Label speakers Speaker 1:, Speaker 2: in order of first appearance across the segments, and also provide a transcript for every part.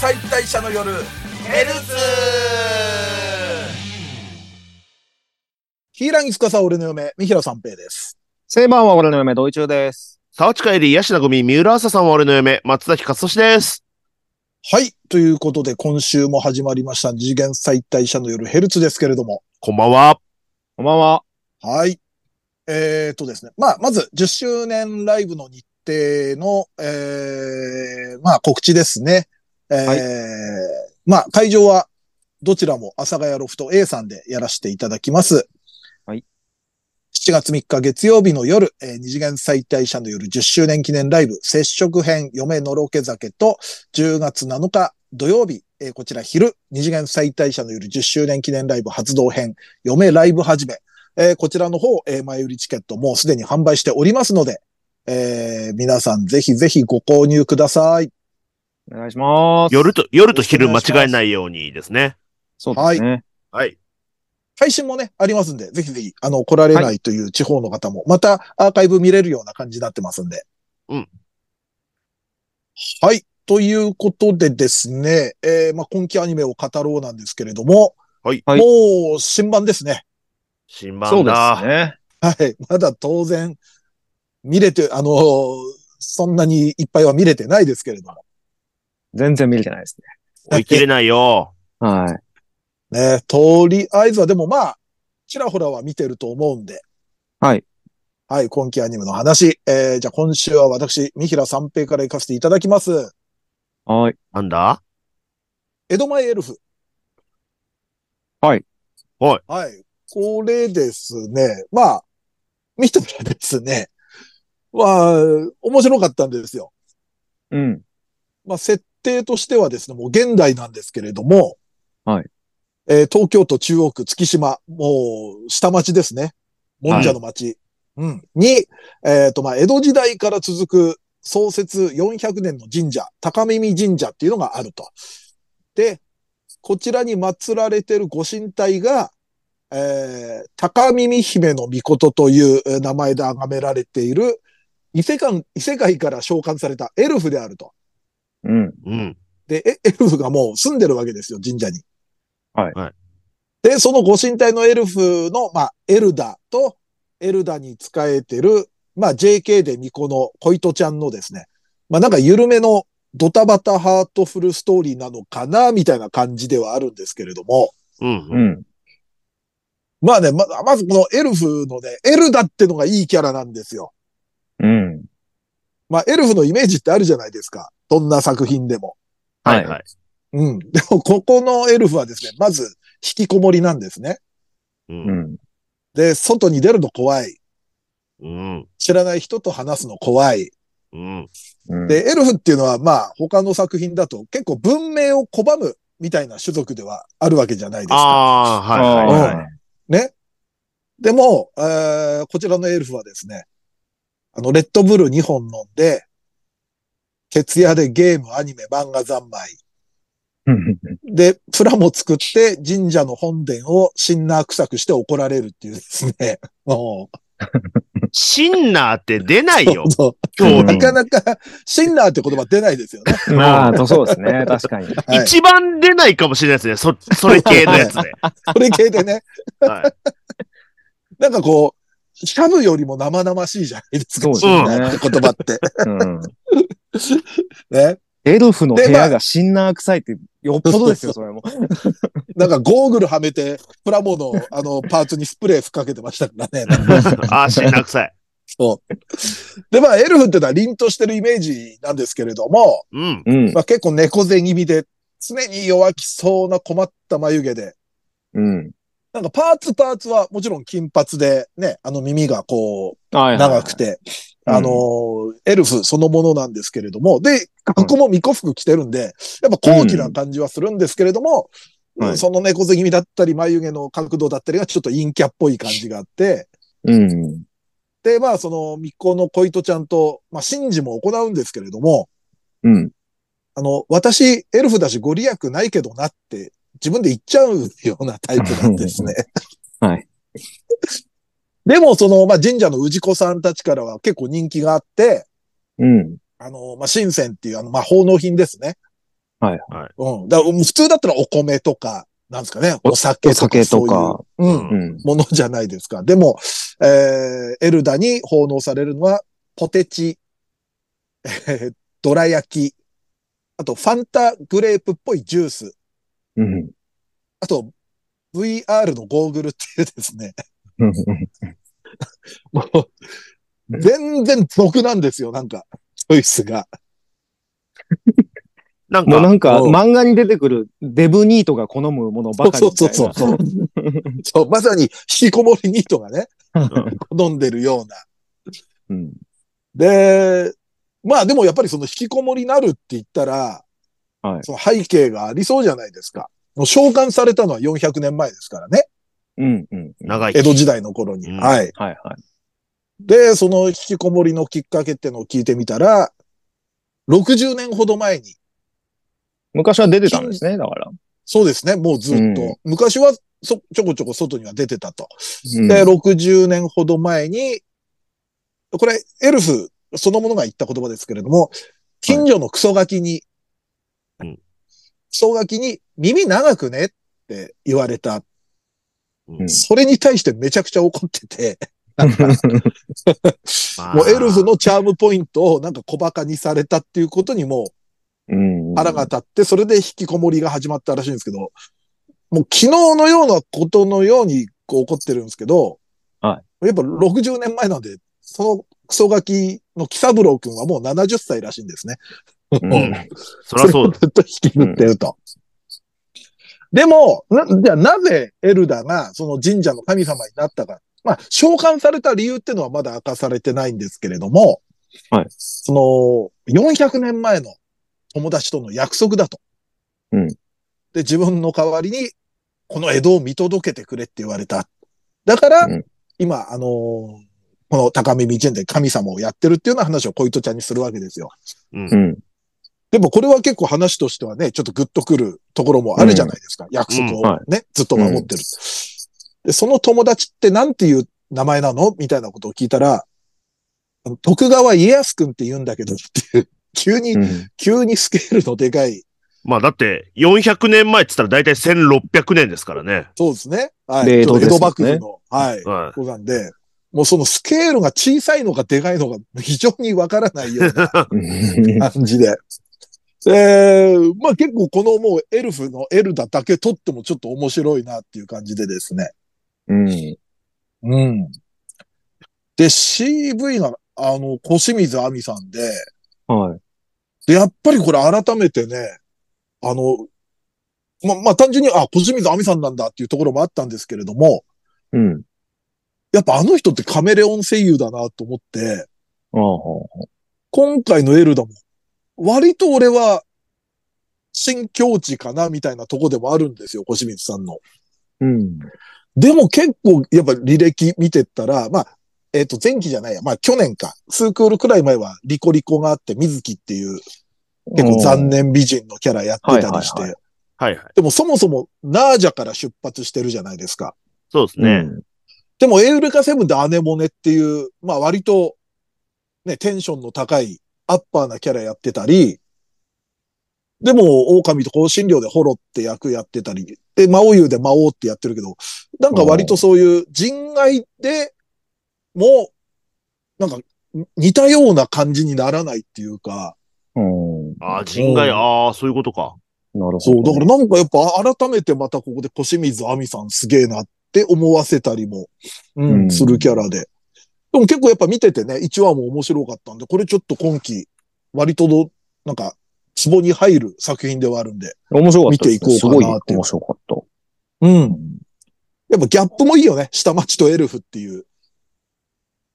Speaker 1: 解体者の夜ヘルツ
Speaker 2: ヒーラギスカサ俺の嫁、三平三平です。
Speaker 3: セイバーは俺の嫁、同意中です。
Speaker 4: 沢地帰り、ヤシナゴミ、三浦朝さんは俺の嫁、松崎勝利です。
Speaker 2: はい。ということで、今週も始まりました、二次元再退者の夜ヘルツですけれども。
Speaker 4: こんばんは。
Speaker 3: こんばんは。
Speaker 2: はい。えー、っとですね。まあ、まず、10周年ライブの日程の、えー、まあ、告知ですね。えー
Speaker 3: は
Speaker 2: まあ、会場は、どちらも、阿佐ヶ谷ロフト A さんでやらせていただきます。
Speaker 3: はい。
Speaker 2: 7月3日月曜日の夜、えー二次元再退者の夜10周年記念ライブ、接触編、嫁のろけ酒と、10月7日土曜日、えーこちら昼、二次元再退者の夜10周年記念ライブ発動編、嫁ライブ始め、えーこちらの方、えー前売りチケットもうすでに販売しておりますので、えー皆さんぜひぜひご購入ください。
Speaker 3: お願いします。
Speaker 4: 夜と、夜と昼間違えないようにですね。
Speaker 3: そうですね。
Speaker 4: はい。
Speaker 2: 配信もね、ありますんで、ぜひぜひ、あの、来られないという地方の方も、またアーカイブ見れるような感じになってますんで。
Speaker 4: うん。
Speaker 2: はい。ということでですね、えーまあ、今期アニメを語ろうなんですけれども、
Speaker 4: はい
Speaker 3: はい
Speaker 2: もう、新版ですね。
Speaker 4: 新
Speaker 3: そう
Speaker 4: 版
Speaker 3: で
Speaker 4: だ。
Speaker 3: すね。
Speaker 2: はい。まだ当然、見れて、あのーそんなにいっぱいは見れてないですけれども。
Speaker 3: 全然見れてないですね。
Speaker 4: 追い切れないよ。
Speaker 3: はい。
Speaker 2: ね、とりあえずはでもまあ、ちらほらは見てると思うんで。
Speaker 3: はい。
Speaker 2: はい、今期アニメの話。えー、じゃあ今週は私、三平三平から行かせていただきます。
Speaker 3: はい。
Speaker 4: なんだ
Speaker 2: 江戸前エルフ。
Speaker 3: はい。
Speaker 4: はい。
Speaker 2: はい。これですね。まあ、見てたらですね。まあ、面白かったんですよ。
Speaker 3: うん。
Speaker 2: まあ、設定としてはですね、もう現代なんですけれども。
Speaker 3: はい。
Speaker 2: えー東京都中央区月島、もう、下町ですね。もんじゃの町。うん。に、えっ、と、まあ、江戸時代から続く創設400年の神社、高耳神社っていうのがあると。で、こちらに祀られてるご神体が、えー、高耳姫の御事というえー名前で崇められている、異世界、異世界から召喚されたエルフであると。
Speaker 3: うん。
Speaker 4: うん。
Speaker 2: で、えエルフがもう住んでるわけですよ、神社に。
Speaker 3: はい
Speaker 4: はい
Speaker 2: で、そのご神体のエルフの、まあ、エルダと、エルダに仕えてる、まあ、JK で巫女の小糸ちゃんのですね、まあ、なんか緩めのドタバタハートフルストーリーなのかな、みたいな感じではあるんですけれども、
Speaker 4: うん。う
Speaker 3: うんん。
Speaker 2: まあね、ままずこのエルフのね、エルダってのがいいキャラなんですよ。
Speaker 3: うん。
Speaker 2: まあ、エルフのイメージってあるじゃないですか。どんな作品でも。
Speaker 4: はいはい。
Speaker 2: うん。でも、ここのエルフはですね、まず、引きこもりなんですね。
Speaker 4: う。
Speaker 3: うんん。
Speaker 2: で、外に出るの怖い。
Speaker 4: うん。
Speaker 2: 知らない人と話すの怖い。
Speaker 4: うん。
Speaker 3: うん。
Speaker 2: で、エルフっていうのは、まあ、他の作品だと結構文明を拒むみたいな種族ではあるわけじゃないですか。
Speaker 4: ああ、はいはい。
Speaker 3: は
Speaker 2: ね。でも、えーこちらのエルフはですね、あの、レッドブル2本飲んで、徹夜でゲーム、アニメ、漫画三昧。
Speaker 3: い。うん
Speaker 2: で、プラも作って神社の本殿をシンナー臭くして怒られるっていうですね。もう
Speaker 4: シンナーって出ない よ。
Speaker 2: そう
Speaker 4: 今
Speaker 2: な
Speaker 4: 日、
Speaker 2: かなか、シンナーって言葉出ないですよね。
Speaker 3: まあ、とそうですね。確かに。
Speaker 2: はい
Speaker 4: 一番出ないかもしれないですね。そ、それ系のやつで。
Speaker 2: これ系でね、
Speaker 4: はい。
Speaker 2: なんかこう、シャブよりも生々しいじゃないですか。
Speaker 3: そうです
Speaker 4: ね
Speaker 2: シンナーって言葉って。
Speaker 3: うん。
Speaker 2: ね。
Speaker 3: エルフの部屋がシンナー臭いってよっぽどですよ、それ も。
Speaker 2: なんかゴーグルはめて、プラモの、あの、パーツにスプレー吹っかけてましたからね。
Speaker 4: ああ、シンナー臭い。
Speaker 2: そう。で、まあ、エルフってのは凛としてるイメージなんですけれども、
Speaker 4: うん。
Speaker 3: うん。
Speaker 2: まあ結構猫背気味で、常に弱気そうな困った眉毛で、
Speaker 3: うん。
Speaker 2: なんかパーツパーツはもちろん金髪で、ね、あの耳がこう、
Speaker 3: はいはい。
Speaker 2: 長く。て、
Speaker 3: うん
Speaker 2: あのーエルフそのものなんですけれども、で、格好も巫女服着てるんで、やっぱ高貴な感じはするんですけれども、
Speaker 3: うんはい
Speaker 2: その猫背気味だったり、眉毛の角度だったりがちょっと陰キャっぽい感じがあって、
Speaker 3: うん。
Speaker 2: で、まあ、その、巫女の小糸ちゃんと、まあ、神事も行うんですけれども、
Speaker 3: うん。
Speaker 2: あの、私、エルフだしご利益ないけどなって、自分で言っちゃうようなタイプなんですね。
Speaker 3: はい。
Speaker 2: でも、その、まあ、神社の氏子さんたちからは結構人気があって、
Speaker 3: うん。
Speaker 2: あの、まあ、神仙っていう、あの、まあ、奉納品ですね。
Speaker 3: はい
Speaker 4: はい
Speaker 2: うん。だからもう普通だったらお米とか、なんですかね、お酒とか。
Speaker 3: お酒とか
Speaker 2: そ。ういう。うん。
Speaker 3: うん。
Speaker 2: ものじゃないですか。でも、えーエルダに奉納されるのは、ポテチ、えーどら焼き、あと、ファンタグレープっぽいジュース、
Speaker 3: うん。
Speaker 2: あと、VR のゴーグルっていうです ね、
Speaker 3: うん。
Speaker 2: もう、全然俗なんですよ、なんか、チョイスが。
Speaker 4: なん
Speaker 3: もうな
Speaker 4: か、
Speaker 3: んか、
Speaker 2: うん
Speaker 3: 漫画に出てくるデブニートが好むものばかりみた
Speaker 2: そ
Speaker 3: いな。
Speaker 2: うそうそう そう、まさに、引きこもりニートがね、
Speaker 4: うん
Speaker 2: 好んでるような。
Speaker 3: うん。
Speaker 2: で、まあでもやっぱりその引きこもりなるって言ったら、
Speaker 3: はい
Speaker 2: その背景がありそうじゃないですか。もう召喚されたのは400年前ですからね。
Speaker 3: うん。うん。
Speaker 4: 長い。
Speaker 2: 江戸時代の頃に。
Speaker 4: うん
Speaker 2: はい。
Speaker 3: はいはい。
Speaker 2: で、その引きこもりのきっかけってのを聞いてみたら、60年ほど前に、
Speaker 3: 昔は出てたんですね、だから。
Speaker 2: そうですね、もうずっと。
Speaker 3: うん
Speaker 2: 昔はそちょこちょこ外には出てたと。
Speaker 3: うん
Speaker 2: で、60年ほど前に、これ、エルフそのものが言った言葉ですけれども、近所のクソガキに、
Speaker 4: うん
Speaker 2: クソガキに耳長くねって言われた。
Speaker 4: うん
Speaker 2: それに対してめちゃくちゃ怒ってて、なんかもうエルフ。のチャームポイントをなんか小馬鹿にされたっていうことにも
Speaker 3: うん。
Speaker 2: う腹が立って、それで引きこもりが始まったらしいんですけど、もう昨日のようなことのようにこう怒ってるんですけど、
Speaker 3: は
Speaker 2: やっぱ60年前なんで、そのクソガキの木三郎くんはもう70歳らしいんですね。
Speaker 3: うん。
Speaker 4: そりゃそうだ。
Speaker 2: ずっと引きずってると。でも、な、じゃあなぜエルダがその神社の神様になったか。まあ、召喚された理由っていうのはまだ明かされてないんですけれども、
Speaker 3: はい
Speaker 2: その、400年前の友達との約束だと。
Speaker 3: うん
Speaker 2: で、自分の代わりに、この江戸を見届けてくれって言われた。だから、
Speaker 3: うん
Speaker 2: 今、あのーこの高見道園で神様をやってるっていうような話を小糸ちゃんにするわけですよ。
Speaker 4: うん
Speaker 3: う。ん。
Speaker 2: でもこれは結構話としてはね、ちょっとグッとくるところもあるじゃないですか。約束を
Speaker 3: うん
Speaker 2: ね、
Speaker 3: は
Speaker 2: ずっと守ってる、で。その友達ってなんていう名前なのみたいなことを聞いたら、あの徳川家康くんって言うんだけどっていう、急に、
Speaker 3: うん
Speaker 2: 急にスケールのでかい、
Speaker 4: まあだって、400年前って言ったら大体1600年ですからね。
Speaker 2: そうですね。はい。
Speaker 3: で江戸
Speaker 2: ちょっと江戸
Speaker 3: ですよ
Speaker 2: 幕府
Speaker 3: ね
Speaker 2: の、はい。
Speaker 4: は
Speaker 2: ことなんで、もうそのスケールが小さいのかでかいのか非常にわからないような
Speaker 3: うん
Speaker 2: 感じで。えー、まあ結構このもうエルフのエルダだけ撮ってもちょっと面白いなっていう感じでですね。
Speaker 3: うん。
Speaker 2: うん。で、CV が、あの、小清水亜美さんで、
Speaker 3: はい。
Speaker 2: で、やっぱりこれ改めてね、あの、ま、まあ単純に、あ、小清水亜美さんなんだっていうところもあったんですけれども、
Speaker 3: うん。
Speaker 2: やっぱあの人ってカメレオン声優だなと思って、
Speaker 3: ああ、は
Speaker 2: 今回のエルダも、割と俺は、新境地かなみたいなとこでもあるんですよ、小清水さんの。
Speaker 3: うん。
Speaker 2: でも結構、やっぱ履歴見てったら、まあ、えっ、と、前期じゃないや、まあ去年か、数クールくらい前はリコリコがあって、水木っていう結構残念美人のキャラやってたりし
Speaker 3: はいはい
Speaker 2: て、
Speaker 4: はいはい。
Speaker 2: でもそもそもナージャから出発してるじゃないですか。
Speaker 4: そうですね。
Speaker 2: でもエウレカセブンでアネモネっていう、まあ割と、ね、テンションの高いアッパーなキャラやってたり、でも、狼と香辛料でホロって役やってたり、で、魔王優で魔王ってやってるけど、なんか割とそういう人外でも、なんか似たような感じにならないっていうか、
Speaker 3: うん。うん
Speaker 4: ああ、人外、
Speaker 2: うん
Speaker 4: ああ、そういうことか。
Speaker 3: なるほど。
Speaker 2: そう、だからなんかやっぱ改めてまたここで小清水亜美さんすげえなって思わせたりも、う
Speaker 3: うん
Speaker 2: ん、するキャラで。でも結構やっぱ見ててね、1話も面白かったんで、これちょっと今期、割とど、なんか、壺に入る作品ではあるんで。
Speaker 3: 面白かったですね。
Speaker 2: 見ていこうかなって
Speaker 3: すごい面白かった。
Speaker 2: うん。やっぱギャップもいいよね。下町とエルフっていう。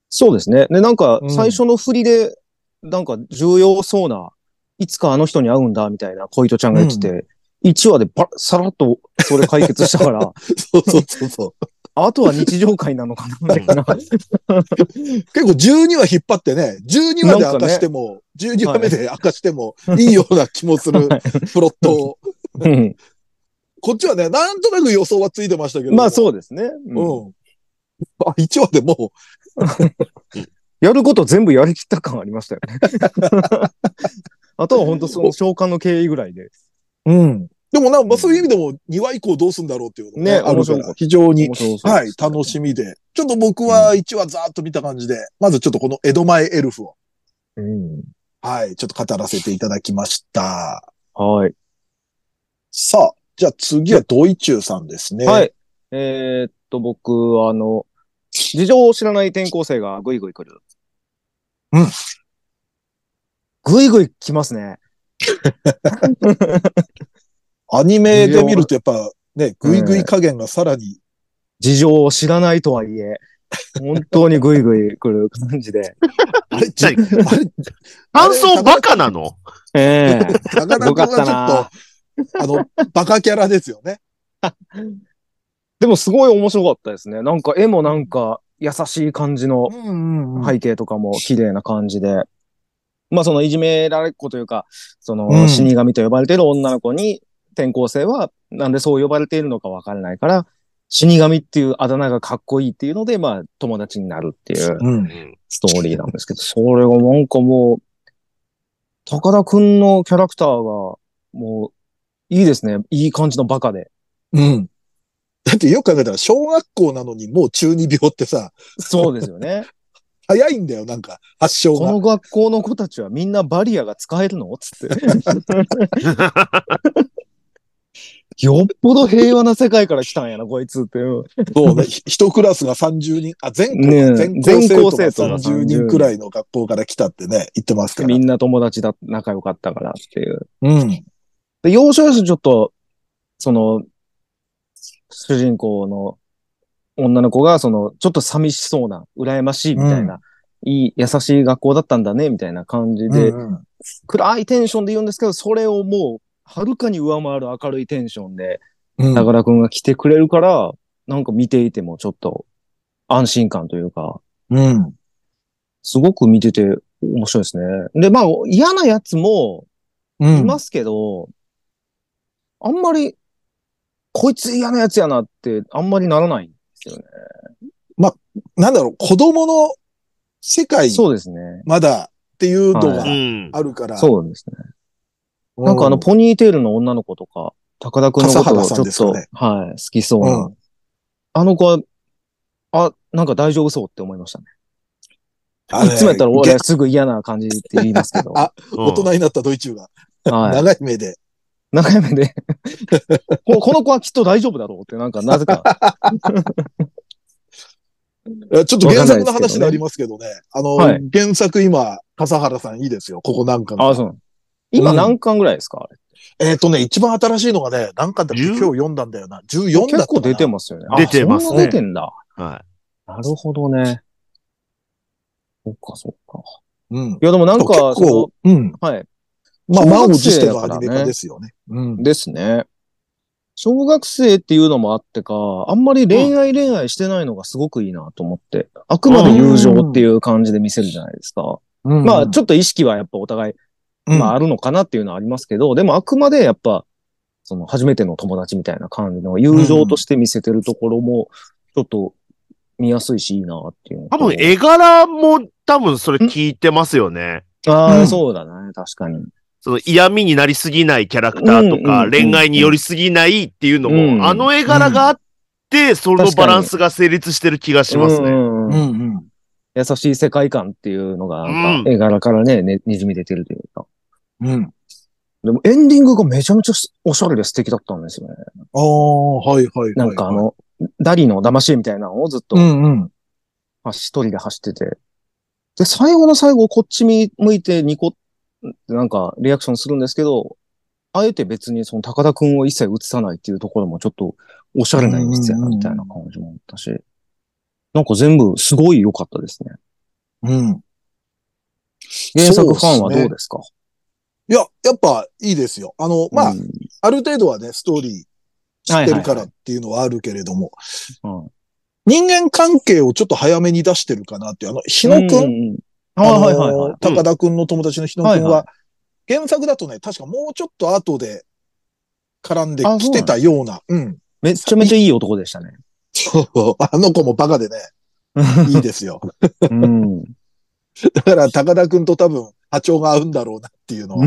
Speaker 3: そうですね。で、なんか
Speaker 2: う、ん
Speaker 3: 最初の振りで、なんか、重要そうな、いつかあの人に会うんだ、みたいな、小糸ちゃんが言ってて、1話でばさらっとそれ解決したから、
Speaker 2: そうそうそうそう。
Speaker 3: あとは日常会なのかな、みたいな。
Speaker 2: 結構12話引っ張ってね、12話で明かしても、12話目で明かしてもいいような気もする
Speaker 3: はい
Speaker 2: プロットを。
Speaker 3: うん
Speaker 2: こっちはね、なんとなく予想はついてましたけど。
Speaker 3: まあ、そうですね。うん
Speaker 2: うん。あ、1話でも
Speaker 3: やること全部や りきった感ありましたよね。あとは本当その召喚の経緯ぐらいで。
Speaker 2: うん。でもなんか、まあそういう意味でも2話以降どうするんだろうっていうの
Speaker 3: ね
Speaker 2: がある
Speaker 3: 面
Speaker 2: か
Speaker 3: 白かっ
Speaker 2: ら、非常に
Speaker 3: 面白そう
Speaker 2: はい、楽しみで。ちょっと僕は1話ざーっと見た感じで、まずちょっとこの江戸前エルフを、
Speaker 3: うん。
Speaker 2: はい、ちょっと語らせていただきました。
Speaker 3: はい。
Speaker 2: さあ、じゃあ次はドイチューさんですね。
Speaker 3: はい。えーっと、僕、あの、事情を知らない転校生がぐいぐい来る。
Speaker 2: うん。
Speaker 3: ぐいぐい来ますね。
Speaker 2: アニメで見るとやっぱね、グイグイ加減がさらに、
Speaker 3: 事情を知らないとはいえ、本当にぐいぐい来る感じで。
Speaker 2: あれ、じ
Speaker 4: じ
Speaker 2: あ
Speaker 4: ゃ
Speaker 2: れ、
Speaker 4: 感想バカなの
Speaker 3: ええ
Speaker 2: なかな
Speaker 3: よか
Speaker 2: か
Speaker 3: っ
Speaker 2: ちょ
Speaker 3: た
Speaker 2: っと、
Speaker 3: な
Speaker 2: あ。の、バカキャラですよね。
Speaker 3: でもすごい面白かったですね。なんか絵もなんか優しい感じの
Speaker 2: うんうんうん
Speaker 3: 背景とかも綺麗な感じで。まあそのいじめられっ子というか、そ
Speaker 2: うん
Speaker 3: の死神と呼ばれている女の子に転校生はなんでそう呼ばれているのかわからないから、死神っていうあだ名がかっこいいっていうので、まあ友達になるっていう
Speaker 2: うん。
Speaker 3: ストーリーなんですけど、それがなんかもう、高田くんのキャラクターがもういいですね。いい感じのバカで。
Speaker 2: うん。だってよく考えたら、小学校なのにもう中二病ってさ、
Speaker 3: そうですよね。
Speaker 2: 早いんだよ、なんか、発症
Speaker 3: こ
Speaker 2: が
Speaker 3: の。学校の子たちはみんなバリアが使えるのつって。よっぽど平和な世界から来たんやな、こいつっ ていう。
Speaker 2: そうね。ひ一クラスが30人、あ、全校、
Speaker 3: ねえ
Speaker 2: 全校生
Speaker 3: 全校生
Speaker 2: 徒
Speaker 3: 徒
Speaker 2: が
Speaker 3: が
Speaker 2: 30
Speaker 3: 30
Speaker 2: 人くらいの学校から来たってね、言ってますから。
Speaker 3: みんな友達だ、仲良かったからっていう。
Speaker 2: うん。
Speaker 3: で、要所要所ちょっと、その、主人公の女の子が、その、ちょっと寂しそうな、羨ましいみたいな、いい、優しい学校だったんだね、みたいな感じで、
Speaker 2: うんうん
Speaker 3: 暗いテンションで言うんですけど、それをもう、はるかに上回る明るいテンションで、
Speaker 2: うん
Speaker 3: 高田くんが来てくれるから、なんか見ていてもちょっと安心感というか、
Speaker 2: うん。
Speaker 3: すごく見てて面白いですね。で、まあ嫌なやつも
Speaker 2: う
Speaker 3: い
Speaker 2: ん。
Speaker 3: ますけど、あんまり、こいつ嫌なやつやなってあんまりならないんですよね。
Speaker 2: なんだろう、子供の世界、
Speaker 3: そうですね。
Speaker 2: まだっていうのが
Speaker 4: うん。
Speaker 2: あるから。
Speaker 3: そうですね。
Speaker 2: う
Speaker 3: なんかあの、ポニーテールの女の子とか、高田くんのこと
Speaker 2: 笠
Speaker 3: を
Speaker 2: 原さんで
Speaker 3: ち
Speaker 2: す
Speaker 3: ょ
Speaker 2: よ
Speaker 3: っと、
Speaker 2: ね
Speaker 3: はい、好きそうな。
Speaker 2: う
Speaker 3: あの子は、あ、なんか大丈夫そうって思いましたね。
Speaker 2: あれ
Speaker 3: いつもやったら
Speaker 2: げ
Speaker 3: 俺すぐ嫌な感じって言いますけ ど。
Speaker 2: あ大
Speaker 4: うん
Speaker 2: 人になったドイチューが、
Speaker 3: はい。
Speaker 2: 長い目で。
Speaker 3: 中山で こ。この子はきっと大丈夫だろうって、なんか、なぜか。
Speaker 2: えちょっと
Speaker 3: わ
Speaker 2: 原
Speaker 3: かんない
Speaker 2: 作
Speaker 3: です
Speaker 2: の話
Speaker 3: けどね
Speaker 2: になりますけどね。あの、
Speaker 3: はい
Speaker 2: 原作今、笠原さんいいですよ。ここ何巻か。
Speaker 3: あ、そう。今何巻ぐらいですか、
Speaker 2: えっ、とね、一番新しいのがね、何巻だっけ
Speaker 4: 10
Speaker 2: 今日読んだんだよな。14だったかな
Speaker 3: 結構出てますよね。あ
Speaker 4: 出てますね
Speaker 3: そんな出てんだ。
Speaker 4: は
Speaker 3: なるほどね。そっか、そっか。
Speaker 2: うん。
Speaker 3: いや、でもなん
Speaker 2: 結
Speaker 3: か、
Speaker 2: 構、うん。
Speaker 3: そのはい。
Speaker 2: まあ、
Speaker 3: 小学生
Speaker 2: 満を持しての
Speaker 3: だか
Speaker 2: ア
Speaker 3: ら
Speaker 2: ニ
Speaker 3: ね
Speaker 2: メ化ですよね。うん。
Speaker 3: ですね。小学生っていうのもあってか、あんまり恋愛恋愛してないのがすごくいいなと思って、あくまで友情っていう感じで見せるじゃないですか。まあ、ちょっと意識はやっぱお互い
Speaker 2: うん、
Speaker 3: まああるのかなっていうのはありますけど、でもあくまでやっぱ、その初めての友達みたいな感じの友情として見せてるところも、ちょっと見やすいしいいなっていうの
Speaker 4: い。多
Speaker 3: と。
Speaker 4: 分絵柄も多分それ聞いてますよね。
Speaker 3: あ
Speaker 2: う
Speaker 3: あ、
Speaker 2: ん
Speaker 3: そうだね、確かに。
Speaker 4: その嫌味になりすぎないキャラクター
Speaker 3: うんうん
Speaker 4: とか、
Speaker 3: うんうん
Speaker 4: 恋愛に寄りすぎないっていうのも、
Speaker 3: うん
Speaker 4: あの絵柄があって、そのバランスが成立してる気がしま
Speaker 3: う
Speaker 4: すね。
Speaker 3: んうん
Speaker 2: うん
Speaker 3: うん
Speaker 2: うん。
Speaker 3: 優しい世界観っていうのが、なんか
Speaker 4: う
Speaker 3: 絵柄からね、ね、にじみ出てるというか。
Speaker 2: うん。
Speaker 3: でもエンディングがめちゃめちゃおしゃれで素敵だったんですよね。
Speaker 2: ああ、はいはいはい。
Speaker 3: なんかあ、の、ダリの騙し絵みたいなのをずっと
Speaker 2: うんうん。
Speaker 3: まあ一人で走ってて。で、最後の最後、こっち向いてニコってなんかリアクションするんですけど、あえて別にその高田くんを一切映さないっていうところもちょっとおしゃれな演出やなみたいな感じもあったし、なんか全部すごい良かったですね。
Speaker 2: うん。
Speaker 3: 原作ファンはど
Speaker 2: そうう
Speaker 3: ですか
Speaker 2: いや、やっぱいいですよ。あの、まあ、
Speaker 3: うん
Speaker 2: ある程度はね、ストーリー知ってるからっていうのはあるけれども、
Speaker 3: うん
Speaker 2: 人間関係をちょっと早めに出してるかなっていう、あの、日野く、
Speaker 3: うんんうん
Speaker 2: あ
Speaker 3: はい
Speaker 2: の
Speaker 3: はいはいはい。
Speaker 2: 高田くんの友達の日野くんは、
Speaker 3: はいは
Speaker 2: 原作だとね、確かもうちょっと後で絡んで
Speaker 3: あ
Speaker 2: きてたような、うん。
Speaker 3: めちゃめちゃいい男でしたね。
Speaker 2: そうあの子もバカ でね、いいですよ。
Speaker 3: うん。
Speaker 2: だから高田くんと多分波長が合うんだろうなっていうのは。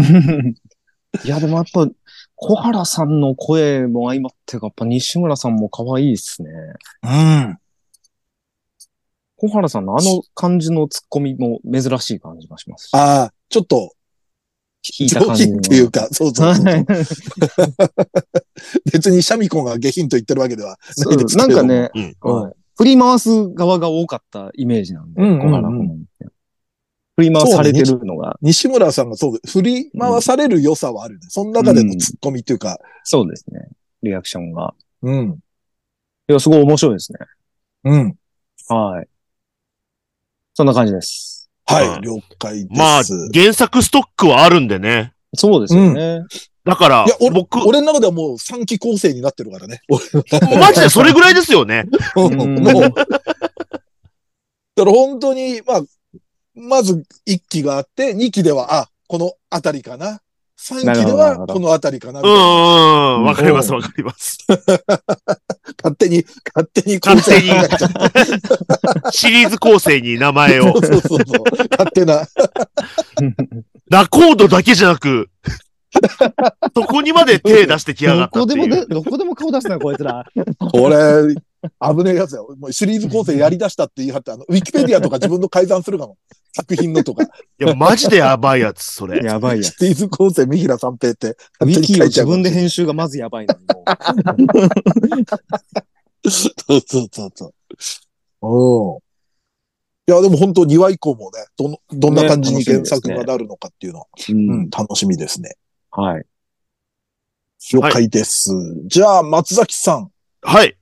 Speaker 3: いや、でもやっぱ、小原さんの声も相まってか、やっぱ西村さんも可愛いですね。
Speaker 2: うん。
Speaker 3: 小原さんのあの感じのツッコミも珍しい感じがしますし。
Speaker 2: ああ、ちょっと、
Speaker 3: 引い
Speaker 2: 上
Speaker 3: た感じ
Speaker 2: 品っていうか、そうそうそう
Speaker 3: はい
Speaker 2: 別にシャミ子が下品と言ってるわけではないですけ
Speaker 3: な
Speaker 2: れ
Speaker 3: ん
Speaker 2: ども
Speaker 3: か、ね、
Speaker 4: うん
Speaker 3: はい振り回す側が多かったイメージなんで、
Speaker 2: うんうんうん
Speaker 3: 小原君って振り回されてるのが、
Speaker 2: 西村さんがそうで、振り回される良さはあるね。その中でのツッコミっていうか、
Speaker 3: そうですね。リアクションが。
Speaker 2: うん、
Speaker 3: いや、すごい面白いですね。
Speaker 2: うん。
Speaker 3: はい。そんな感じです。
Speaker 2: はい、
Speaker 4: うん
Speaker 2: 了解です。
Speaker 4: まあ、原作ストックはあるんでね。
Speaker 3: そうですよね。
Speaker 4: だから
Speaker 2: いや、俺
Speaker 4: 僕、
Speaker 2: 俺の中ではもう3期構成になってるから ね。
Speaker 4: マジでそれぐらいですよね。
Speaker 2: もう、
Speaker 3: ん
Speaker 2: だから本当に、まあ、まず1期があって、2期では、あ、このあたりかな。3期
Speaker 3: なる
Speaker 2: で
Speaker 3: ほどなる
Speaker 2: は、
Speaker 3: ほど
Speaker 2: このあたりかな
Speaker 4: う。んうんう
Speaker 3: うん
Speaker 4: ん。わかります、わかります。
Speaker 2: 勝手に、勝手に構
Speaker 4: 勝
Speaker 2: 成
Speaker 4: 手に、シリーズ構成に名前
Speaker 2: そ
Speaker 4: を
Speaker 2: う。 そうそうそう。勝手な。
Speaker 4: ナコードだけじゃなく、そこにまで手出してきやが
Speaker 3: どこ
Speaker 4: ったって
Speaker 3: で
Speaker 4: い
Speaker 3: もで、
Speaker 4: う。
Speaker 3: どこでも顔出すな、こいつら。
Speaker 2: これ、危ねえやつだよ。もうシリーズ構成やり出したって言い張って、あの、ウィキペディアとか自分の改ざんするかも。作品のとか。
Speaker 4: いや、マジでやばいやつ、それ。
Speaker 3: やばいや
Speaker 2: シ。リーズ構成、三平三平って。
Speaker 3: ウィキを自分
Speaker 2: で。
Speaker 3: で編集がまずやばいのに。も
Speaker 2: そうそうそうそう。おお。いや、でも本当2話以降もね、どの、どんな感じに
Speaker 3: ね
Speaker 2: 原
Speaker 3: 楽しみですね
Speaker 2: 作がなるのかっていうのは、
Speaker 3: う う
Speaker 2: うんん、楽しみですね。
Speaker 3: はい。
Speaker 2: 了解です。じゃあ、松崎さん。
Speaker 4: はい。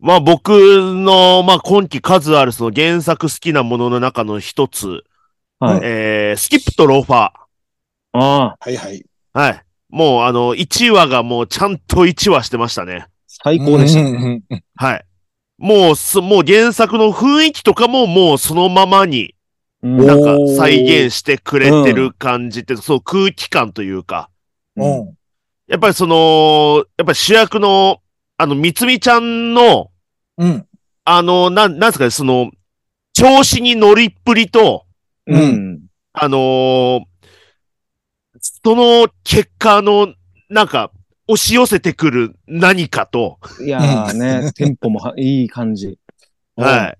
Speaker 4: まあ僕の、まあ今期数あるその原作好きなものの中の一つ、
Speaker 3: はい
Speaker 4: えー、スキップとローファー。
Speaker 3: ああ、
Speaker 2: はいはい。
Speaker 4: はい。もうあの、1話がもうちゃんと1話してましたね。
Speaker 3: 最高でした。
Speaker 2: うんうんうん
Speaker 4: はい。もうす、もう原作の雰囲気とかももうそのままに
Speaker 3: うん
Speaker 4: なんか
Speaker 2: おー
Speaker 4: 再現してくれてる感じって、そう空気感というか、
Speaker 2: うん。
Speaker 4: やっぱりその、やっぱり主役の、あの、みつみちゃんの、
Speaker 2: うん。
Speaker 4: あの、なん、なんですかね、その、調子に乗りっぷりと、
Speaker 3: うん。
Speaker 4: あのーその結果の、なんか、押し寄せてくる何かと、
Speaker 3: いやーね、テンポもはいい感じ。
Speaker 4: は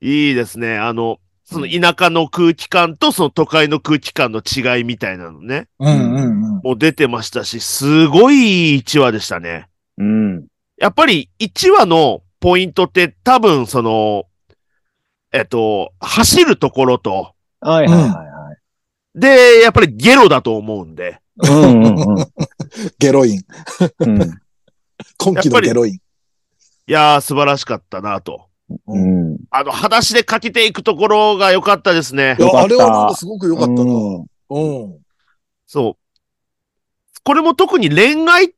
Speaker 4: い。いいですね。あの、その田舎の空気感とその都会の空気感の違いみたいなのね、
Speaker 2: うんうんうん。
Speaker 4: もう出てましたし、すごいいい1話でしたね。
Speaker 3: うん。
Speaker 4: やっぱり1話のポイントって多分その、えっと、走るところと、
Speaker 3: はいはいは
Speaker 4: で、やっぱりゲロだと思うんで、
Speaker 3: いはい。うんうんうん
Speaker 2: ゲロイン。
Speaker 3: うん
Speaker 2: 今期のゲロイン。
Speaker 4: いやー素晴らしかったなと。
Speaker 3: うん。
Speaker 4: あの、裸足でかけていくところが良かったですね
Speaker 2: い。や
Speaker 3: よかった
Speaker 2: あれはなんかすごく良かったな。うん。
Speaker 3: うん
Speaker 4: そう。これも特に恋愛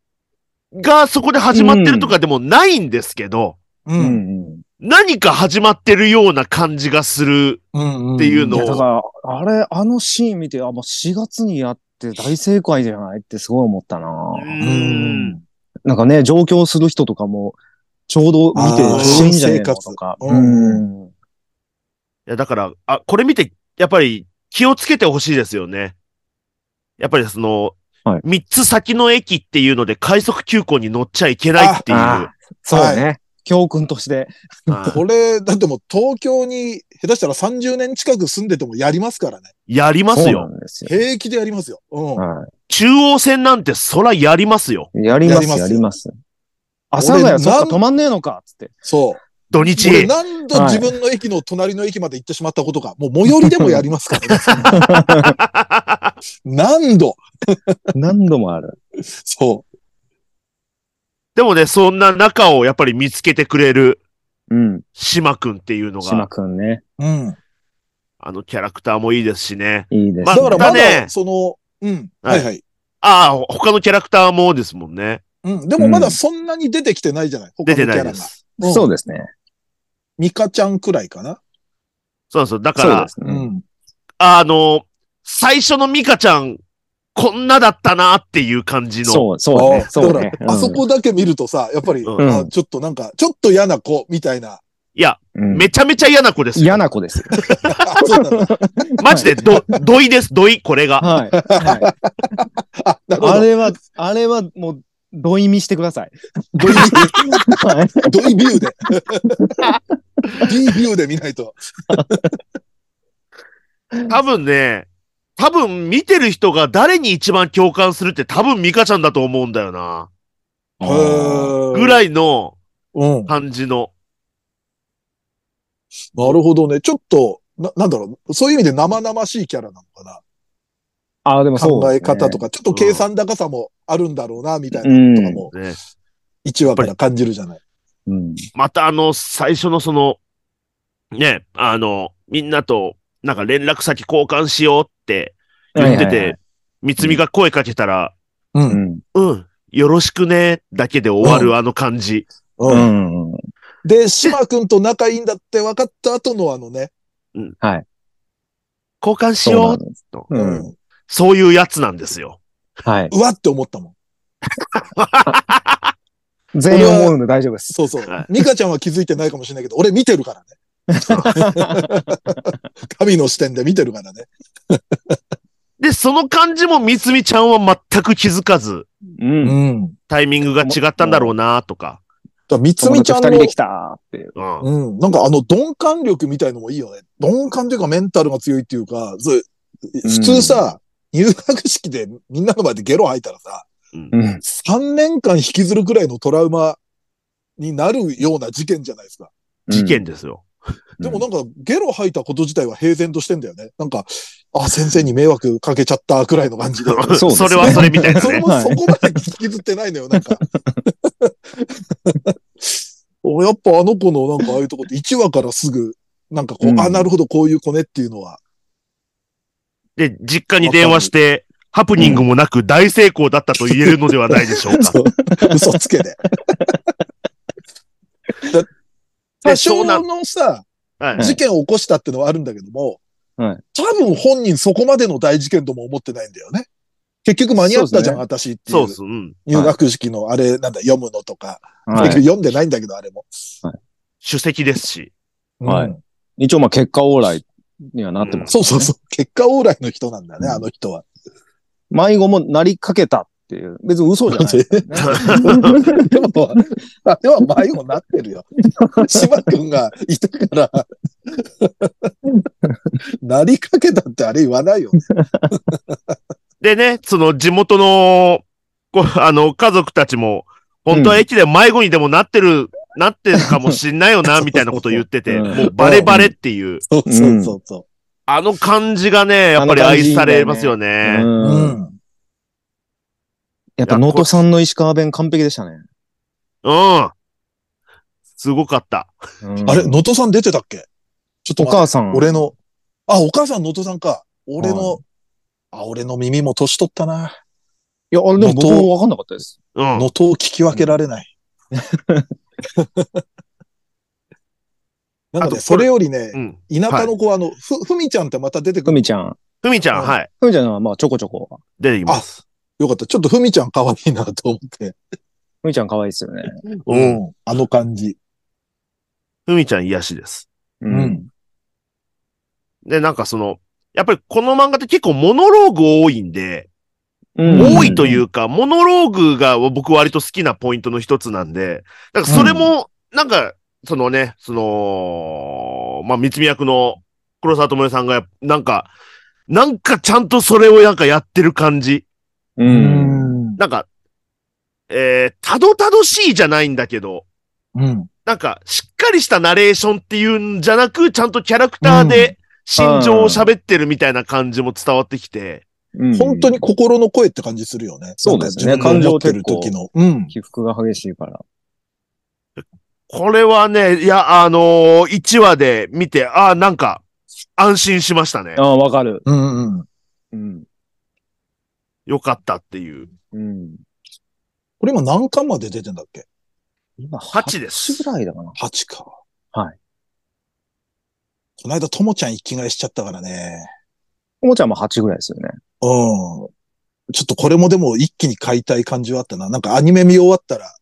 Speaker 4: がそこで始まってるとかでもないんですけど、
Speaker 2: う。
Speaker 3: うんん
Speaker 4: 何か始まってるような感じがする。
Speaker 2: うん。
Speaker 4: っていう
Speaker 3: うん。い
Speaker 4: の
Speaker 3: や、だから、あれ、あのシーン見て、あ、もう4月にやって大正解じゃないってすごい思ったな。
Speaker 4: う。。
Speaker 2: うん
Speaker 3: なんかね、上京する人とかも、ちょうど見て
Speaker 2: あー
Speaker 3: 死んじゃねえのとか。
Speaker 2: 新生活うん
Speaker 3: うん
Speaker 4: いや、だから、あ、これ見て、やっぱり気をつけてほしいですよね。やっぱりその、
Speaker 3: はい
Speaker 4: 三つ先の駅っていうので快速急行に乗っちゃいけないっていう。
Speaker 3: あそうね。教訓として。
Speaker 4: は
Speaker 2: これ、だってもう東京に下手したら30年近く住んでてもやりますからね。
Speaker 4: いやります
Speaker 3: そうな
Speaker 4: よ。
Speaker 3: んですよ。
Speaker 2: 平気でやりますよ。うん。
Speaker 3: は
Speaker 4: 中央線なんてそらやりますよ。
Speaker 3: いやります、
Speaker 2: や
Speaker 3: や
Speaker 2: り
Speaker 3: り
Speaker 2: ま
Speaker 3: ます。朝佐ヶ
Speaker 2: 俺
Speaker 3: 谷、そっ
Speaker 2: なん
Speaker 3: か、止まんねえのか、つって。
Speaker 2: そう。
Speaker 4: 土
Speaker 2: 俺
Speaker 4: 日。
Speaker 2: 何度自分の駅の隣の駅まで行ってしまったことか。もう最寄りでもやりますからね。何度
Speaker 3: 何度もある。
Speaker 2: そ
Speaker 4: でもね、そんな中をやっぱり見つけてくれる
Speaker 3: うん。
Speaker 4: 島くんっていうの
Speaker 3: 島
Speaker 4: が、
Speaker 3: くんね。
Speaker 2: う。うん。
Speaker 4: あのキャラクターもいいですしね。
Speaker 3: いいですね。
Speaker 4: ま
Speaker 2: だからま
Speaker 4: だね
Speaker 2: だ、その、うん。は
Speaker 4: はいい
Speaker 2: はい。
Speaker 4: ああ、他のキャラクターもですもんね。
Speaker 2: うん。でもまだそんなに出てきてないじゃない他
Speaker 4: 出
Speaker 2: のキ
Speaker 4: て
Speaker 2: ャ
Speaker 4: な
Speaker 2: ラ
Speaker 4: いで
Speaker 2: が。
Speaker 4: す。
Speaker 3: そう
Speaker 2: う。
Speaker 3: ですね。
Speaker 2: ミカちゃんくらいかな。
Speaker 4: そうなんですよ。だか
Speaker 3: そう
Speaker 4: ら
Speaker 3: で、す
Speaker 2: う
Speaker 3: ね。
Speaker 2: ん。
Speaker 4: あの、最初のミカちゃん、こんなだったなっていう感じの。
Speaker 3: そう、そうね。
Speaker 2: あ
Speaker 3: そう
Speaker 2: だ
Speaker 3: ね
Speaker 2: か。ら、あそこだけ見るとさ、やっぱり、
Speaker 4: うん
Speaker 2: あちょっとなんか、ちょっと嫌な子みたいな
Speaker 4: いや、
Speaker 3: うん
Speaker 4: めちゃめちゃ嫌な子ですよ。
Speaker 3: 嫌な子ですよ。
Speaker 2: あそうなんだ。
Speaker 4: マジで、ど、どいです、どい、これが。
Speaker 3: はい。はい
Speaker 2: あ、なるほ
Speaker 3: あ
Speaker 2: ど。
Speaker 3: れは、あれはもう、ど意味してください。
Speaker 2: ドイ
Speaker 3: はい
Speaker 2: ドイビューで。D ビューで見ないと。
Speaker 4: 多分ね、多分見てる人が誰に一番共感するって多分ミカちゃんだと思うんだよな。ぐ
Speaker 2: い。
Speaker 4: らいの
Speaker 2: うん。な
Speaker 4: 感じの。
Speaker 2: るほどね。ちょっと、な、なんだろう。そういう意味で生々しいキャラなのかな。
Speaker 3: ああ、でもそう、
Speaker 2: 考え方と
Speaker 3: か。
Speaker 2: か、ちょっと計算高さもあるんだろうな、みたいうなのとか
Speaker 3: ん。
Speaker 2: も、
Speaker 4: ね。
Speaker 2: 1話から感じるじゃない。
Speaker 3: うん
Speaker 4: またあの、最初のその、ね、あの、みんなと、なんか連絡先交換しようって言って
Speaker 3: はいはいはい
Speaker 4: て、三つみが声かけたら、
Speaker 2: う。
Speaker 3: うんん。
Speaker 4: うん、よろしくね、だけで終わるあの感じ。
Speaker 2: う。
Speaker 3: うんん。うん
Speaker 2: で、島くんと仲いいんだって分かった後のあのね。
Speaker 4: 交換し
Speaker 3: そう
Speaker 4: よ
Speaker 3: な。
Speaker 4: うん
Speaker 3: です
Speaker 4: と。
Speaker 2: う
Speaker 3: うん。
Speaker 2: ん。
Speaker 4: そういうやつなんですよ。
Speaker 3: はい。
Speaker 2: うわって思ったもん。
Speaker 3: 全員思うので大丈夫です。
Speaker 2: そうそう
Speaker 4: はい。
Speaker 2: ミカちゃんは気づいてないかもしれないけど、俺見てるからね。 神の視点で見てるからね。
Speaker 4: で、その感じも三つみちゃんは全く気づかず、
Speaker 3: うん。
Speaker 2: ん。
Speaker 4: タイミングが違ったんだろうな、とか。
Speaker 2: だから三つみちゃん
Speaker 3: 友達二人
Speaker 2: の
Speaker 3: できたっていう。
Speaker 4: うん。
Speaker 2: うん。なんかあの鈍感力みたいのもいいよね。鈍感というかメンタルが強いっていうか、そう普通さ、入学式でみんなの前でゲロ吐いたらさ、
Speaker 3: うん。
Speaker 2: 3年間引きずるくらいのトラウマになるような事件じゃないですか。
Speaker 4: 事件ですよ。
Speaker 2: でもなんかゲロ吐いたこと自体は平然としてんだよね。なんか、あ、先生に迷惑かけちゃったくらいの感 じで。
Speaker 3: そうですね
Speaker 4: それはそれみたいな
Speaker 2: それ
Speaker 4: ね。
Speaker 2: もそこまで引きずってないのよ、なんか。 俺やっぱあの子のなんかああいうとこって1話からすぐ、なんかこう、
Speaker 3: うん
Speaker 2: あ、なるほど、こういう子ねっていうのは。
Speaker 4: で、実家に電話して、ハプニングもなく大成功だったと言えるのではないでしょうか。
Speaker 2: そう嘘つけで。だ多
Speaker 4: そ
Speaker 2: 少
Speaker 4: うな
Speaker 2: のさ、
Speaker 4: はい
Speaker 3: い
Speaker 2: 事件を起こしたってのはあるんだけども、
Speaker 3: はい
Speaker 2: 多分本人そこまでの大事件とも思ってないんだよね。結局間に合ったじゃん、
Speaker 3: そ
Speaker 2: 私ってい
Speaker 4: そうう。そう、うん。
Speaker 2: 入学式のあれ、なんだ、読むのとか。
Speaker 3: は
Speaker 2: 結局
Speaker 3: い
Speaker 2: 読んでないんだけど、あれも。
Speaker 4: 主席ですし。
Speaker 3: はい
Speaker 2: うん
Speaker 3: 一応まあ結果往来にはなってます。
Speaker 2: そうそうそう。結果往来の人なんだね、
Speaker 3: うん
Speaker 2: あの人は。
Speaker 3: 迷子もなりかけたっていう。別に嘘じゃないですね。
Speaker 2: でも、あれは迷子になってるよ。島くんがいたから、なりかけたってあれ言わないよね。
Speaker 4: でね、その地元の、こうあの、家族たちも、本当は駅で迷子にでもなってる、なってるかもしんないよな、みたいなこと言ってて、
Speaker 3: うん
Speaker 4: もうバレバレっていう、
Speaker 2: そうそうそうそ
Speaker 4: あの感じがね、やっぱり愛されますよ
Speaker 3: う
Speaker 4: ね。
Speaker 2: う。う
Speaker 3: ん。
Speaker 2: ん
Speaker 3: やっぱ能登さんの石川弁完璧でしたね。
Speaker 4: うん。すごかった。
Speaker 3: うん
Speaker 2: あれ、能登さん出てたっけちょっと
Speaker 3: お
Speaker 2: 待って
Speaker 3: 母さん。
Speaker 2: 俺の、あ、お母さん能登さんか。俺の、あ、俺の耳も年取ったな。
Speaker 3: いや、あれでも僕
Speaker 2: 能登
Speaker 3: もわかんなかったです。
Speaker 4: うん
Speaker 2: 能。登を聞き分けられない。なんか
Speaker 4: あとこ
Speaker 2: ね、
Speaker 4: れ
Speaker 2: それよりね
Speaker 4: う、ん。
Speaker 2: 田舎の子、あの、ふ、ふみちゃんってまた出てく
Speaker 3: ふ
Speaker 2: る。
Speaker 3: みちゃん。
Speaker 4: ふみちゃん、
Speaker 2: うん
Speaker 4: はい。
Speaker 3: ふみちゃんはまあちょこちょこ。
Speaker 4: 出てきます。
Speaker 2: よかった。ちょっとふみちゃん可愛いなと思って。
Speaker 3: ふみちゃん可愛いですよね。
Speaker 4: うん。
Speaker 2: ん。あの感じ。。
Speaker 4: ふみちゃん癒しです。
Speaker 3: うん
Speaker 4: で、なんかその、やっぱりこの漫画って結構モノローグ多いんで、
Speaker 3: うん
Speaker 4: 多いというか、モノローグが僕割と好きなポイントの一つなんで、だからそれも、なんか、そのね、その、まあ、三つ宮役の黒沢智代さんが、なんか、なんかちゃんとそれをなんかやってる感じ。
Speaker 3: う。
Speaker 2: うんん。
Speaker 4: なんか、えー、たどたどしいじゃないんだけど、
Speaker 2: うん。
Speaker 4: なんか、しっかりしたナレーションっていうんじゃなく、ちゃんとキャラクターで心情を喋ってるみたいな感じも伝わってきて、
Speaker 3: うん
Speaker 2: 本当に。心の声って感じするよね。
Speaker 3: そうですね
Speaker 2: なんか自分の思ってる時の。うん。
Speaker 3: 起伏が激しいから。
Speaker 4: これはね、いや、あのー、1話で見て、ああ、なんか、安心しましたね
Speaker 3: あ。あ、わかる。
Speaker 2: うんうん。
Speaker 3: うん。
Speaker 4: よかったっていう。
Speaker 3: うん。
Speaker 2: これ今何巻まで出てんだっけ
Speaker 3: 今、
Speaker 4: 八です
Speaker 3: 八ぐらいだかな。
Speaker 2: ?8 か。
Speaker 3: はい。
Speaker 2: この間、ともちゃん生き返しちゃったからね。
Speaker 3: おもちゃんも8ぐらいですよね。
Speaker 2: うん。ちょっとこれもでも一気に買いたい感じはあったな。なんかアニメ見終わったら、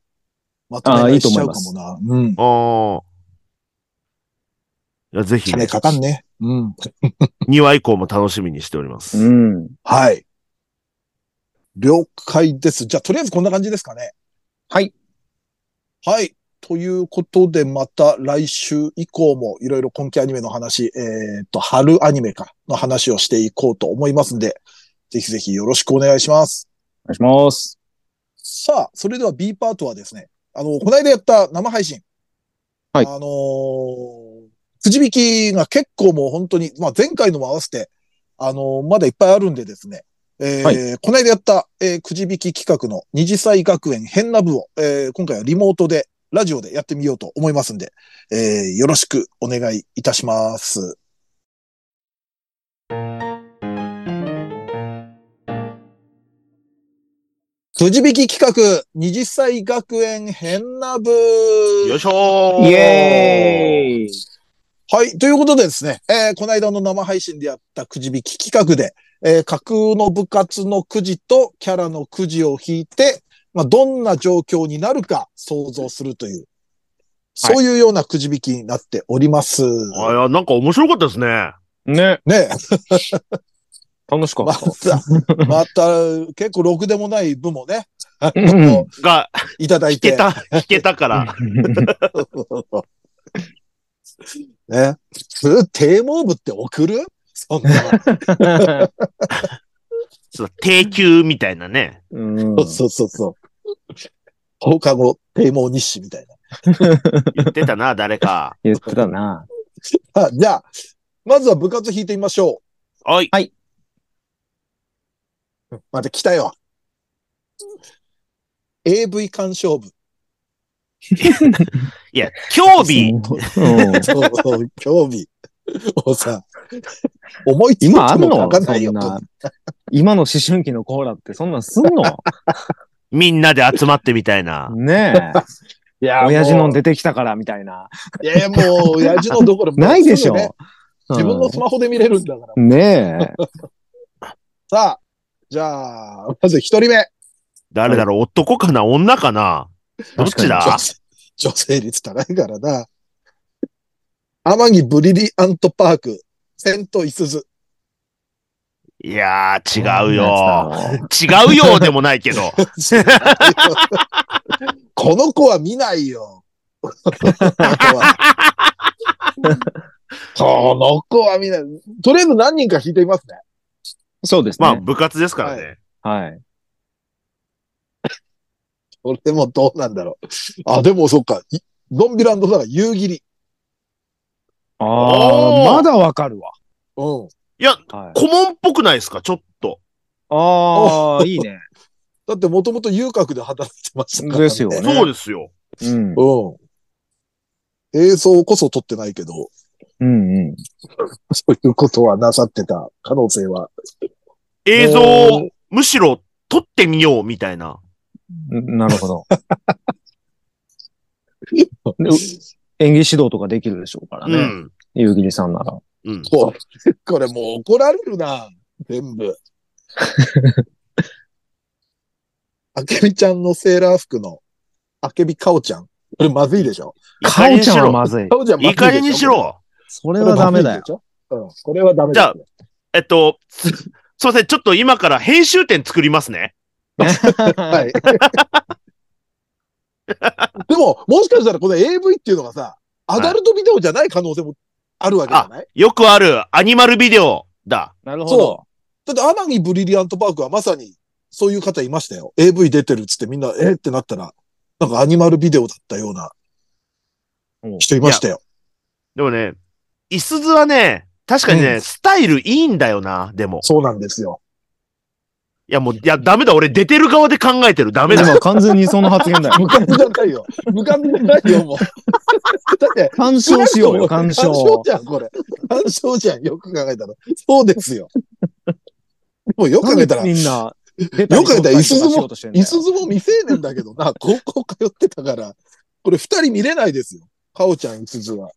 Speaker 2: まとめ買いしちゃうかもな。うん。
Speaker 4: ああ。いやぜひ、
Speaker 2: 金
Speaker 4: ね、
Speaker 2: かかんね。うん。
Speaker 4: 2話以降も楽しみにしております。
Speaker 3: うん。
Speaker 2: はい。了解です。じゃあ、とりあえずこんな感じですかね。
Speaker 3: はい。
Speaker 2: はい。ということで、また来週以降もいろいろ今期アニメの話、えっ、と、春アニメか、の話をしていこうと思いますんで、ぜひぜひよろしくお願いします。
Speaker 3: お願いします。
Speaker 2: さあ、それでは B パートはですね、あの、この間やった生配信。
Speaker 3: はい
Speaker 2: あのーくじ引きが結構もう本当に、まあ前回のも合わせて、あのーまだいっぱいあるんでですね、えー
Speaker 3: は
Speaker 2: この間やった、えーくじ引き企画の二次祭学園変な部を、えー今回はリモートで、ラジオでやってみようと思いますんで、えーよろしくお願いいたします。くじ引き企画、二次祭学園変な部
Speaker 4: よいしょ
Speaker 3: イエーイ
Speaker 2: はい。ということでですね、えーこの間の生配信でやったくじ引き企画で、えー架空の部活のくじとキャラのくじを引いて、まあ、どんな状況になるか想像するという、そういうようなくじ引きになっております。
Speaker 4: あいや、なんか面白かったですね。
Speaker 3: ね、
Speaker 2: ね
Speaker 3: 楽しかっ
Speaker 2: また、 また、結構ろくでもない部もね、
Speaker 3: た。うん
Speaker 4: が、
Speaker 2: いただい
Speaker 4: 弾け
Speaker 2: て。
Speaker 4: た、弾けたから。
Speaker 2: ね。普通、低毛部って送るそ んな。
Speaker 4: そう低級みたいなね。
Speaker 3: うん
Speaker 2: そうそうそうそう。放課後、低毛日誌みたい
Speaker 4: 言ってた な、誰か。
Speaker 3: 言ってたな。
Speaker 2: な。あじゃあ、まずは部活引いてみましょ
Speaker 4: はい。
Speaker 2: う。また来たよ。AV 鑑賞部。
Speaker 4: いや、興味、
Speaker 3: うん
Speaker 2: そう そう、興味。もうさ、思いついて
Speaker 3: 今ある
Speaker 2: も
Speaker 3: の
Speaker 2: 書かないよ
Speaker 3: そん。な今の思春期のコーラってそんなんすんの
Speaker 4: みんなで集まってみたいな。
Speaker 3: ね
Speaker 2: い
Speaker 3: え。
Speaker 2: や
Speaker 3: 親父の
Speaker 2: で。
Speaker 3: 出てきたからみたいな。
Speaker 2: いやいや、もう、親父のどころもう
Speaker 3: ないでし
Speaker 2: すぐね
Speaker 3: ょ。
Speaker 2: 自分のスマホで見れるんだから。
Speaker 3: うんねえ。
Speaker 2: さあ、じゃあ、まず一人目。
Speaker 4: 誰だろう、男かな女かなどっちだ
Speaker 2: 女性女性率高いからな。天城ブリリアントパーク、セントイスズ。
Speaker 4: いやー、違うよ。。違うよでもないけど。
Speaker 2: この子は見ない よ。この子はこの子は見ない。とりあえず何人か引いてみますね。
Speaker 3: そうです
Speaker 4: まあ、
Speaker 3: ね。
Speaker 4: 部活ですからね。
Speaker 3: はい。
Speaker 2: これもどうなんだろう。あ、でもそっか。いドンビランドだから夕霧。
Speaker 3: あ
Speaker 4: おー
Speaker 3: あ、まだわかるわ。
Speaker 2: うん。
Speaker 4: いや、
Speaker 3: はい
Speaker 4: 顧問っぽくないですかちょっと。
Speaker 3: ああ、いいね。
Speaker 2: だってもともと遊郭で働いてましたから、ね。
Speaker 3: ですよね
Speaker 4: そうですよ。
Speaker 3: うん。
Speaker 2: うん。映像こそ撮ってないけど、
Speaker 3: うんうん。
Speaker 2: そういうことはなさってた可能性は。
Speaker 4: 映像
Speaker 2: えー
Speaker 4: を、むしろ撮ってみようみたいな。
Speaker 3: なるほ ど。で演技指導とかできるでしょうから
Speaker 4: う
Speaker 3: ね。
Speaker 4: ん。
Speaker 3: 夕霧さんなら。
Speaker 4: うん。
Speaker 2: これ、これもう怒られるな。全 部。あけびちゃんのセーラー服の、あけびかおちゃん。これまずいでしょ
Speaker 3: かおちゃんはまずい。
Speaker 2: かおちゃんまずいでしょ
Speaker 4: いい加減にしろ。
Speaker 3: そ
Speaker 2: こ
Speaker 3: れはダメだよ。
Speaker 2: よ。うん、これはダメだよ。
Speaker 4: えっと、す、すいません。ちょっと今から編集点作りますね。
Speaker 2: はい。でも、もしかしたらこの AV っていうのがさ、アダルトビデオじゃない可能性もあるわけじゃない、
Speaker 4: よくあるアニマルビデオだ。
Speaker 3: なる
Speaker 2: ほど。だって、アナギブリリアントパークはまさに、そういう方いましたよ。AV 出てるっつってみんな、えーってなったら、なんかアニマルビデオだったような
Speaker 3: うん
Speaker 2: 人いましたよ。
Speaker 4: でもね、いすずはね、確かにね、スタイルいいんだよな、でも。
Speaker 2: そうなんですよ。
Speaker 4: いや、もう、いや、ダメだ。俺、出てる側で考えてる。ダメだ。
Speaker 3: 今完全にその発言だよ。
Speaker 2: 無感じじゃないよ。無感じじゃないよ、もう。 だって、
Speaker 3: 干渉しようよ、干
Speaker 2: 干渉
Speaker 3: 渉。
Speaker 2: じゃん、これ。干渉じゃん、よく考えたら。そうですよ。でもよく考えたら、
Speaker 3: みん
Speaker 2: よ
Speaker 3: な、
Speaker 2: く考えたらいすずもいす
Speaker 3: ず
Speaker 2: ずも未成年だけどな、高校通ってたから、これ二人見れないですよ。かおちゃん、いすずは。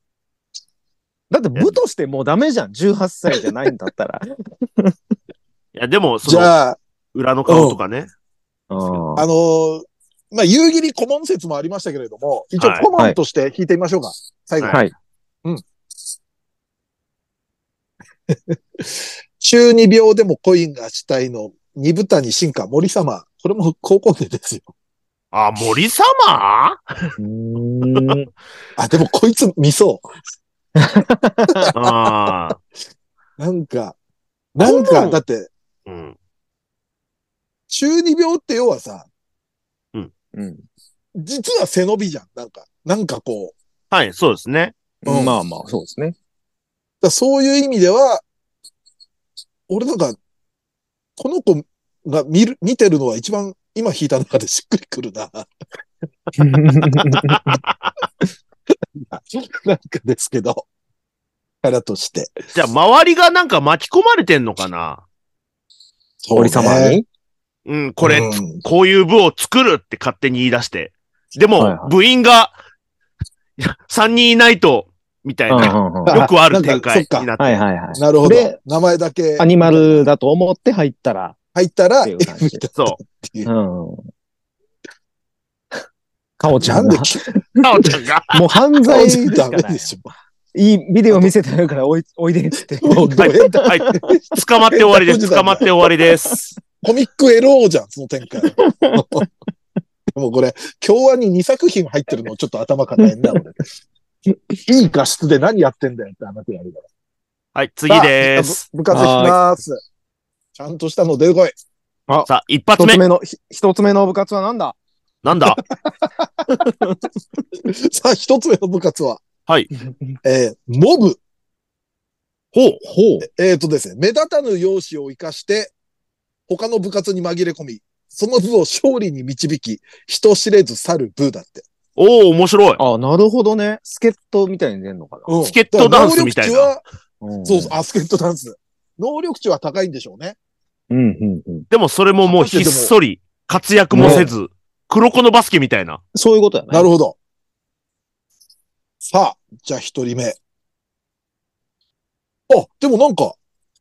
Speaker 3: だって部としてもうダメじゃん。18歳じゃないんだったら。
Speaker 4: いや、でも、そ
Speaker 2: じ
Speaker 4: の、
Speaker 2: ゃあ、
Speaker 4: 裏の顔とかね。
Speaker 3: うん
Speaker 2: あのーまあ、夕霧顧問説もありましたけれども、一応
Speaker 4: はい
Speaker 2: 顧問として引いてみましょうか。最後。
Speaker 4: はい
Speaker 2: 中二病でも恋がしたいの、二部谷進化森様。これも高校生ですよ。
Speaker 4: あ、森様
Speaker 3: うん。
Speaker 2: あ、でもこいつ見そ
Speaker 4: ああ。
Speaker 2: う。なんか、なん
Speaker 4: こんな
Speaker 2: か、
Speaker 4: の
Speaker 2: だって、
Speaker 4: うん。
Speaker 2: 中二病って要はさ、
Speaker 3: うん。
Speaker 2: 実は背伸びじゃん。なんか、なんかこう、
Speaker 4: はい、そうですね。
Speaker 2: うん
Speaker 3: まあまあ、そうですね。
Speaker 2: だからそういう意味では、俺なんか、この子が見る、見てるのは一番今弾いた中でしっくりくるな。 なんかですけど。からとして。
Speaker 4: じゃあ、周りがなんか巻き込まれてんのかな
Speaker 3: 森様に
Speaker 4: うん、これ、
Speaker 2: うん
Speaker 4: こういう部を作るって勝手に言い出して。でも、
Speaker 3: はいはい
Speaker 4: 部員が、 いや、3人いないと、みたい
Speaker 3: うんうん
Speaker 4: な、
Speaker 3: うん
Speaker 2: あ
Speaker 4: よくあ
Speaker 2: な
Speaker 4: る
Speaker 2: んか
Speaker 4: 展開に
Speaker 2: そっか
Speaker 4: なって。
Speaker 3: はいはいはい。
Speaker 2: なるほど
Speaker 3: で。
Speaker 2: 名前だけ
Speaker 3: アニマルだと思って入ったら、
Speaker 2: 入ったら、
Speaker 3: っていう感じ
Speaker 2: F だった
Speaker 4: そ
Speaker 2: っていうう。
Speaker 3: ん。かおちゃ
Speaker 2: なんんで
Speaker 3: が、
Speaker 2: き、
Speaker 4: う。なおちゃんが。
Speaker 3: もう犯
Speaker 2: か
Speaker 3: 罪
Speaker 2: お
Speaker 3: し
Speaker 2: ちゃんダメ
Speaker 3: かない
Speaker 2: で。し
Speaker 3: いいビデオ見せてやるからおい、おいでっつ って。
Speaker 2: ょ。もうド変態
Speaker 4: はい。捕まって終わりです。捕まって終わりです。
Speaker 2: コミックエローじゃん、その展開。 でもこれ、京アニ2作品入ってるのちょっと頭固 いんだ、俺。いい画質で何やってんだよって話やるから。
Speaker 4: はい、次です。
Speaker 2: 部部活します。ちゃんとしたの出てこい。
Speaker 4: さあ、一発
Speaker 3: 一
Speaker 4: 目
Speaker 3: つ。目の、ひ一つ目の部活はなんだ
Speaker 4: なんだ
Speaker 2: さあ、一つ目の部活は、
Speaker 3: ほ
Speaker 2: えー、モブ。
Speaker 4: ほう。
Speaker 3: う。
Speaker 2: えっ、とですね、目立たぬ容姿を生かして、他の部活に紛れ込み、その部を勝利に導き、人知れず去る部だって。
Speaker 4: おお面白い。
Speaker 3: あ、なるほどね。助っ人みたいに出んのか
Speaker 2: うん
Speaker 4: スケットダンスみたいな
Speaker 2: だから能力値は
Speaker 3: な。ん
Speaker 2: そうそう、。アスケットダンス。能力値は高いんでしょうね。
Speaker 3: うん、うん、うん。
Speaker 4: でもそれももうひっそり、活躍もせず、黒子のバスケみたいな。
Speaker 3: そういうことやね。
Speaker 2: なるほど。さあ、じゃあ一人目。あ、でもなんか、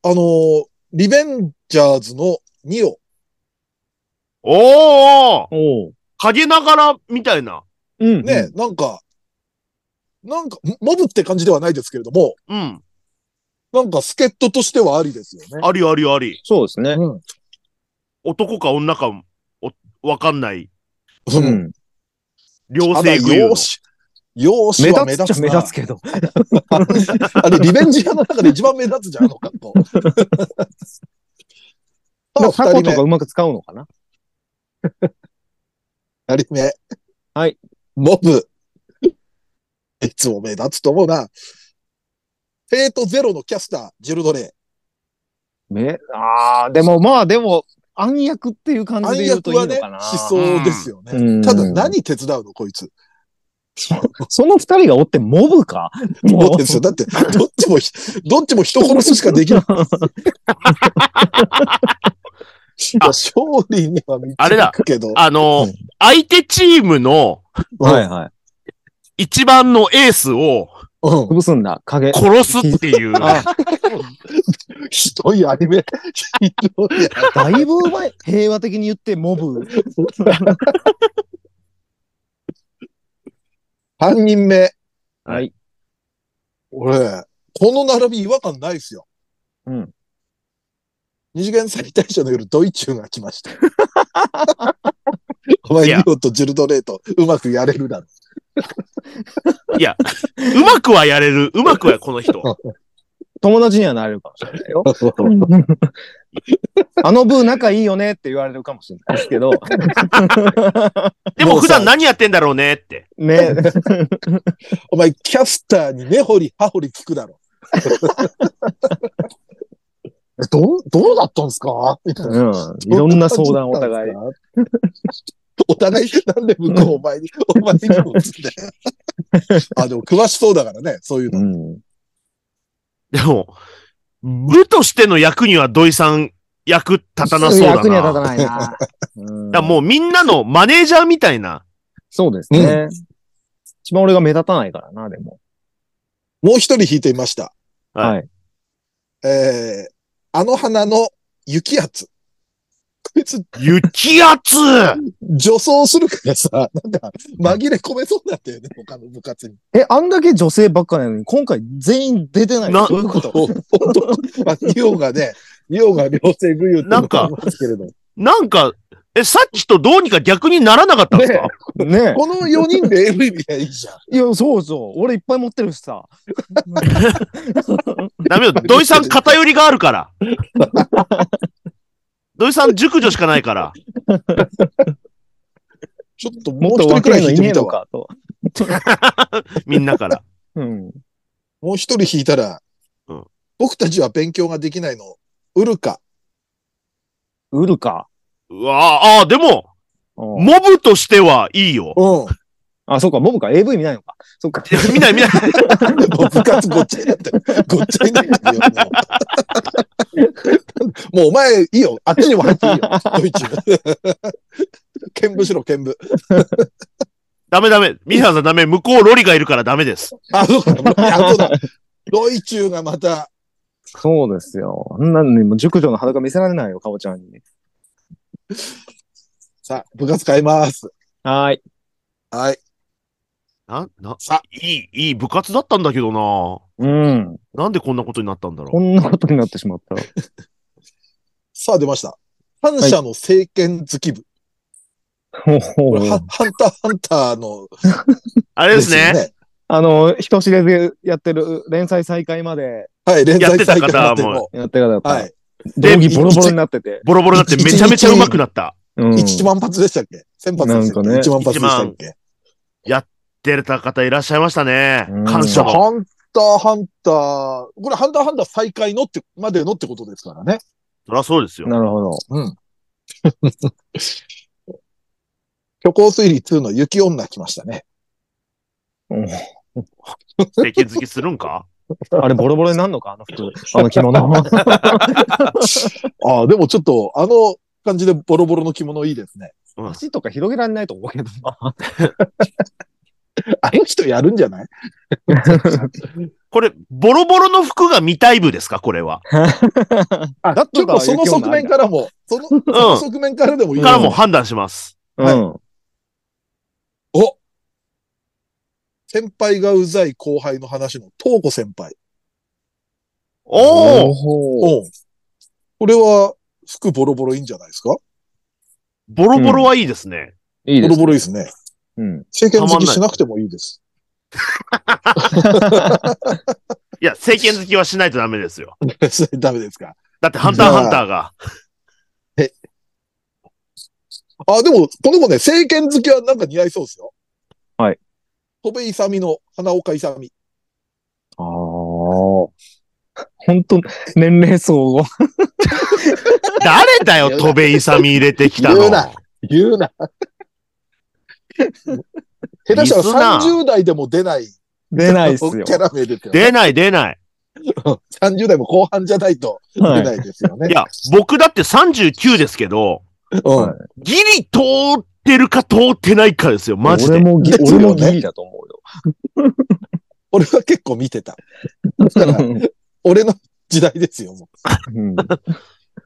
Speaker 2: あのーリベンジャーズのニオ。
Speaker 4: おお
Speaker 3: おう。
Speaker 4: 陰ながらみたいな。
Speaker 3: うん。
Speaker 2: ね、なんか、なんか、んモブって感じではないですけれども、
Speaker 4: うん。
Speaker 2: なんか助っ人としてはありですよね。
Speaker 4: ありありあり。
Speaker 3: そうですね。
Speaker 2: うん。
Speaker 4: 男か女か、おわかんない。
Speaker 2: う。
Speaker 3: うんん。
Speaker 4: 両
Speaker 2: ただ、
Speaker 4: 性具有の
Speaker 2: 容。姿。容
Speaker 3: 目
Speaker 2: 姿は目
Speaker 3: 立つ
Speaker 2: 立
Speaker 3: っち
Speaker 2: つ
Speaker 3: ゃ
Speaker 2: な。
Speaker 3: 目立つけど。
Speaker 2: あれ、リベンジャーの中で一番目立つじゃん、あの 格好。さあ、
Speaker 3: タコ
Speaker 2: 二人
Speaker 3: と
Speaker 2: 目
Speaker 3: か。うまく使うのかな
Speaker 2: 二人目。
Speaker 3: はい。
Speaker 2: モブ。いつも目立つと思うな。フェイトゼロのキャスター、ジルドレ
Speaker 3: め、ああ、でもまあ、でも、暗躍っていう
Speaker 2: イ。
Speaker 3: 感じ
Speaker 2: 暗
Speaker 3: で言うと
Speaker 2: 躍
Speaker 3: いい
Speaker 2: は
Speaker 3: の
Speaker 2: ね
Speaker 3: かな。、
Speaker 2: しそうですよね。
Speaker 3: うん
Speaker 2: ただ何手伝うの、こいつ。
Speaker 3: その二人がおってモブか
Speaker 2: そうですよ。だって、どっちもひ、どっちも人殺すしかできない。まあ勝利には
Speaker 4: あれ
Speaker 2: 導
Speaker 4: だ
Speaker 2: くけど。
Speaker 4: あの、相手チームの
Speaker 3: はいはい。
Speaker 4: 一番のエースを
Speaker 2: うん
Speaker 3: 潰すんだ、影。
Speaker 4: 殺すっていう。
Speaker 3: あ
Speaker 2: ひどいアニメ。ひどいアニメ。
Speaker 3: だいぶ前、平和的に言ってモブ。
Speaker 2: 三人目。
Speaker 4: はい。
Speaker 2: 俺、この並び違和感ないっすよ。
Speaker 3: うん。
Speaker 2: 二次元再退社の夜、ドイチューが来ました。お前、
Speaker 4: い
Speaker 2: リ
Speaker 4: や
Speaker 2: オとジルドレート、うまくやれるだろ。
Speaker 4: いや、うまくはやれる。うまくはこの人。
Speaker 3: 友達にはなれるかもしれないよ。 あのブー仲いいよねって言われるかもしれないで すけど。
Speaker 4: でも普段何やってんだろうねって。
Speaker 3: ね。
Speaker 2: お前、キャスターに根掘り葉掘り聞くだろ。えどう、どうだったんすかみたいな
Speaker 3: うん。いろんな相談お互い。。
Speaker 2: お互い、なんで向こうお 前に、お前にもつって。 あ、でも詳しそうだからね、そういうの。
Speaker 3: うん。
Speaker 4: でも、部としての役には土井さん役立たなそうだな。
Speaker 3: 役には立たない な。うん
Speaker 4: だからもうみんなのマネージャーみたいな。
Speaker 3: そうですね。一番俺が目立たないからな、でも。
Speaker 2: もう一人弾いてみました。
Speaker 4: はい
Speaker 3: はい。
Speaker 2: えー、あの花の雪圧。こいつ、
Speaker 4: 雪 圧
Speaker 2: 女装するからさ、 なんか、紛れ込めそうなんだよね、他の部活 に。
Speaker 3: え、あんだけ女性ばっかなのに、今回全員出てない。
Speaker 4: な
Speaker 3: どういうこと
Speaker 2: 本当まあ、リオがね、リオが両性具有って
Speaker 4: なんか
Speaker 2: ありますけれど。
Speaker 4: なんか、え、さっきとどうにか逆にならなかったんですか、
Speaker 3: ねね
Speaker 2: この4人で MVP はいいじゃん。
Speaker 3: え。いや、そうそう。俺いっぱい持ってるしさ。
Speaker 4: ダ メよ。土井さん偏りがあるから。土井さん熟女しかないから。
Speaker 2: ちょっともう
Speaker 3: もっ
Speaker 2: 一
Speaker 3: と
Speaker 2: 人く
Speaker 3: 若
Speaker 2: らい
Speaker 3: いの
Speaker 2: 引い
Speaker 3: い
Speaker 2: て
Speaker 3: ねえ
Speaker 2: みた
Speaker 3: の
Speaker 2: わ。
Speaker 3: かと。
Speaker 4: みんなから。
Speaker 3: うん。
Speaker 2: もう一人引いたら、
Speaker 4: うん
Speaker 2: 僕たちは勉強ができないの、ウルカ。
Speaker 3: 売るか。
Speaker 4: うわあ、あーでも、
Speaker 3: うん
Speaker 4: モブとしてはいいよ。
Speaker 2: うん。
Speaker 3: あ、そっか、モブか。AV 見ないのか。そっ か。
Speaker 4: いや見ない見ない。
Speaker 2: もう部活ごっちゃになって る。ごっちゃになってるよ。もうもうお前、いいよ。あっちにも入っていいよ。ドイツ。見舞しろ、見舞。
Speaker 4: ダメダメ。ミハさんダメ。向こうロリがいるからダメです。
Speaker 2: あ、そうか。あ、そうだ。ドイツがまた、
Speaker 3: そうですよ。あんなのにもう熟女の裸見せられないよ、かおちゃんに。
Speaker 2: さあ、部活変えます。
Speaker 3: はーい。
Speaker 2: はい。
Speaker 4: な、な、
Speaker 2: さ
Speaker 4: いい、いい部活だったんだけどな
Speaker 3: うん。
Speaker 4: なんでこんなことになったんだ
Speaker 3: こ
Speaker 4: ろ
Speaker 3: んなことになってしま った。
Speaker 2: さあ、出ました。反社の政権好き部。
Speaker 3: ほうほ
Speaker 2: こ
Speaker 3: う
Speaker 2: れ
Speaker 3: ほう
Speaker 2: はハンター、ハンターの、
Speaker 4: う。あれですね。。
Speaker 3: あの、人知れずやってる連載再開まで
Speaker 2: はい、連
Speaker 4: やって
Speaker 2: 載
Speaker 4: た
Speaker 2: 再開になっ
Speaker 4: 方
Speaker 2: てる
Speaker 4: も
Speaker 2: の。
Speaker 3: やってからだった。
Speaker 2: はい。
Speaker 3: 道着ボロボロになってて。
Speaker 4: ボロボロだってめちゃめちゃ上手くなった。
Speaker 3: うん
Speaker 2: 1万発でしたっけ ?1000 発でしたっけ
Speaker 3: なんかね
Speaker 2: ?1 万発でしたっけ
Speaker 4: 出れた方いらっしゃいましたね
Speaker 3: うん。
Speaker 4: 感謝
Speaker 2: そう
Speaker 4: の。
Speaker 2: ハンター、ハンター、これハンター、ハンター再開のって、までのってことですからね。
Speaker 4: そりゃそうですよ。
Speaker 3: なるほど。
Speaker 2: 虚構推理2の雪女来ましたね。
Speaker 4: 政権好きするんか
Speaker 3: あれボロボロになんのかあの 服。あの着物。
Speaker 2: ああ、でもちょっと、あの感じでボロボロの着物いいですね。
Speaker 3: 足とか広げられないと思うけどな。
Speaker 2: あの人やるんじゃない
Speaker 4: これ、ボロボロの服が見たい部ですかこれは。
Speaker 2: あ、だって
Speaker 3: たら
Speaker 2: その
Speaker 3: 雪
Speaker 2: 側
Speaker 3: 女なんだ
Speaker 2: 面からも、その、その側面からでもいい
Speaker 4: から
Speaker 2: よ。
Speaker 4: も判断します。
Speaker 3: うん。
Speaker 2: お先輩がうざい後輩の話の東子先輩。
Speaker 4: おお
Speaker 3: お
Speaker 2: おうこれは、服ボロボロいいんじゃないですか
Speaker 4: ボロボロはいいですね。
Speaker 3: いい
Speaker 2: ボ
Speaker 3: で
Speaker 2: ロ
Speaker 3: す。
Speaker 2: ボロいいですね。
Speaker 3: うん。
Speaker 2: 政権好きしなくてもいいです。
Speaker 4: いや、政権好きはしないとダメですよ。
Speaker 2: それダメですか
Speaker 4: だって、ハンターハンターが。
Speaker 2: あ、でも、この子ね、政権好きはなんか似合いそうですよ。
Speaker 3: はい。
Speaker 2: 戸部勇の花岡勇。
Speaker 3: ああ。本当年齢層を。
Speaker 4: 誰だよ、戸部勇入れてきた
Speaker 2: 言
Speaker 4: の
Speaker 2: う。な言 うな。下手した
Speaker 4: リスナ
Speaker 2: ら
Speaker 4: ー
Speaker 2: 30代でも出ない。
Speaker 3: 出ないっすよ
Speaker 2: キ。ャラ名ですよ。
Speaker 4: 出ない、出ない。
Speaker 2: 30代も後半じゃないと出
Speaker 3: は。
Speaker 2: ないいですよね。
Speaker 4: いや、僕だって39ですけど、
Speaker 2: うん
Speaker 3: はい
Speaker 4: ギリ通ってるか通ってないかですよ、マジ
Speaker 3: 俺
Speaker 4: で。
Speaker 3: もギ、
Speaker 2: ですよ
Speaker 3: 俺
Speaker 2: ね
Speaker 3: もギリだと思 うよ。
Speaker 2: 俺は結構見てた。だから、俺の時代ですよ、も
Speaker 3: うん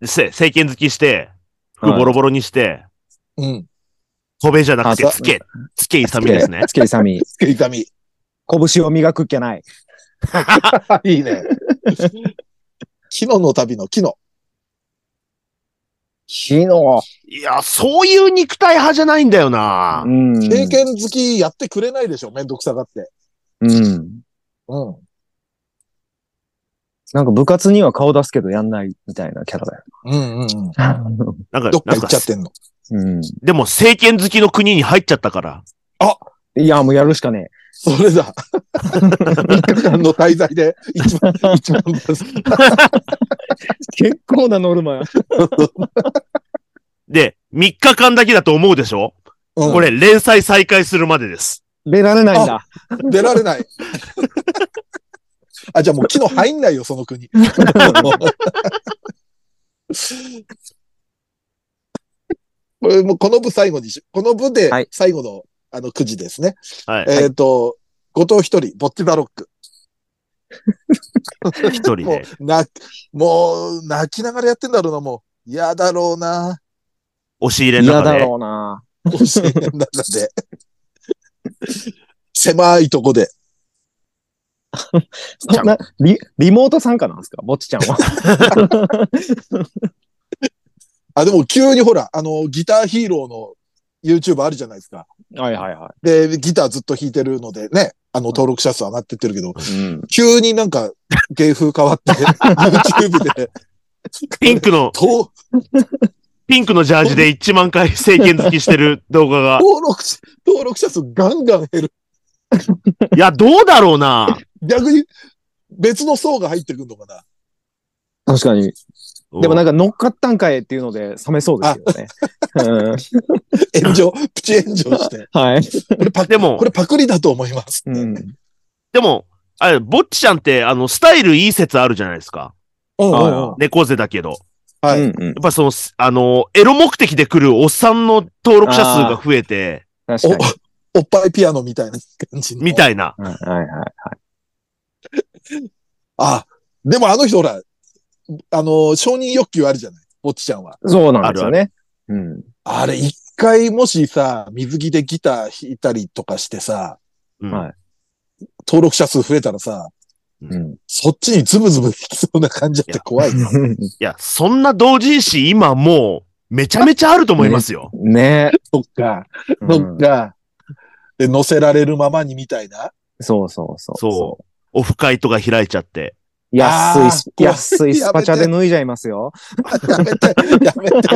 Speaker 4: せ政権好きして、服ボロボロにして、
Speaker 2: う。うん。
Speaker 4: 戸辺じゃなくて、
Speaker 3: あ
Speaker 4: つけ、つけ勇みですね。
Speaker 3: つけいさみ。
Speaker 2: つけ痛み。
Speaker 3: 拳を磨くっきゃない。
Speaker 2: いい ね。昨日の旅の昨日。
Speaker 3: 昨日。
Speaker 4: いや、そういう肉体派じゃないんだよな
Speaker 3: う。ん。
Speaker 2: 政権好きやってくれないでしょ、めんどくさがって。
Speaker 3: うん。
Speaker 2: うん。
Speaker 3: なんか部活には顔出すけどやんないみたいなキャラだ よ。
Speaker 2: うんうんうん。
Speaker 4: なんか、
Speaker 2: どっか
Speaker 4: なん
Speaker 2: 行
Speaker 4: か
Speaker 2: っちゃっ、てんの。
Speaker 3: うん。
Speaker 4: でも政権好きの国に入っちゃったから。
Speaker 3: いや、もうやるしかね
Speaker 2: それだ。三宅さんの滞在で一番、一番です
Speaker 3: え。結構なノルマや。
Speaker 4: で、3日間だけだと思うでしょ
Speaker 2: うん、
Speaker 4: これ、連載再開するまでです。
Speaker 3: 出られないんだ。
Speaker 2: 出られない。あ、じゃあもう昨日入んないよ、その国。これもうこの部最後にし、この部で
Speaker 3: はい
Speaker 2: 最後の、あのくじですね。
Speaker 4: はい。
Speaker 2: えっ、と、後藤一人、ぼっちだロック。
Speaker 4: 一人
Speaker 2: も
Speaker 4: で。
Speaker 2: う、な、もう、泣きながらやってんだろうな、もう。嫌だろうな。
Speaker 4: 押し入れの
Speaker 3: 嫌
Speaker 4: 中
Speaker 3: だ
Speaker 4: で。
Speaker 3: ろうな。
Speaker 2: 甲子園の中で。狭いとこで。
Speaker 3: そんな、リ、リモート参加なんですかぼっちちゃんは。
Speaker 2: あ、でも急にほら、あの、ギターヒーローの YouTube あるじゃないですか。
Speaker 3: はいはいは
Speaker 2: で、ギターずっと弾いてるのでね、あの、登録者数上がってってるけど、
Speaker 3: い。うん。
Speaker 2: 急になんか、芸風変わって、YouTube で、
Speaker 4: ピンクの、
Speaker 2: と
Speaker 4: ピンクのジャージで1万回政権好きしてる動画が。
Speaker 2: 登録者、登録者数ガンガン減る。
Speaker 4: いや、どうだろうな。
Speaker 2: 逆に、別の層が入ってくるのかな。
Speaker 3: 確かに。でもなんか
Speaker 4: か、
Speaker 3: 乗っかったんかいっていうので冷めそうですけどね。うん
Speaker 2: 炎上、プチ炎上して。
Speaker 3: はい。
Speaker 2: これパク
Speaker 4: でも
Speaker 2: これパクリだと思います。
Speaker 3: うん。
Speaker 4: でも、あれ、ぼっちちゃんって、あの、スタイルいい説あるじゃないですか。
Speaker 2: うんうんうん
Speaker 3: は
Speaker 4: 猫背だけど。
Speaker 2: は
Speaker 3: う
Speaker 2: い。
Speaker 3: んうん
Speaker 4: やっぱその、あの、エロ目的で来るおっさんの登録者数が増えて、
Speaker 3: 確かに。
Speaker 2: おっぱいピアノみたいな感じの。
Speaker 4: みたいな。
Speaker 3: はいはいはい。
Speaker 2: あ、でもあの人ほら、あの、承認欲求あるじゃないぼっちちゃんは。
Speaker 3: そうなんですよね。うん。
Speaker 2: あれ、一回もしさ、水着でギター弾いたりとかしてさ、
Speaker 4: うん
Speaker 3: はい
Speaker 2: 登録者数増えたらさ、
Speaker 3: うん。
Speaker 2: そっちにズブズブいきそうな感じだって怖いね。
Speaker 4: いや、そんな同人誌今もう、めちゃめちゃあると思いますよ。
Speaker 3: ね
Speaker 2: そっか、
Speaker 3: う
Speaker 2: そっ
Speaker 3: ん
Speaker 2: か。で、乗せられるままにみたいな。
Speaker 3: そうそうそう。
Speaker 4: そう。オフ会とか開いちゃって。
Speaker 3: う。安いス、
Speaker 2: あー
Speaker 3: 安いスパチャで脱いじゃいますよ。
Speaker 2: やめて、やめて。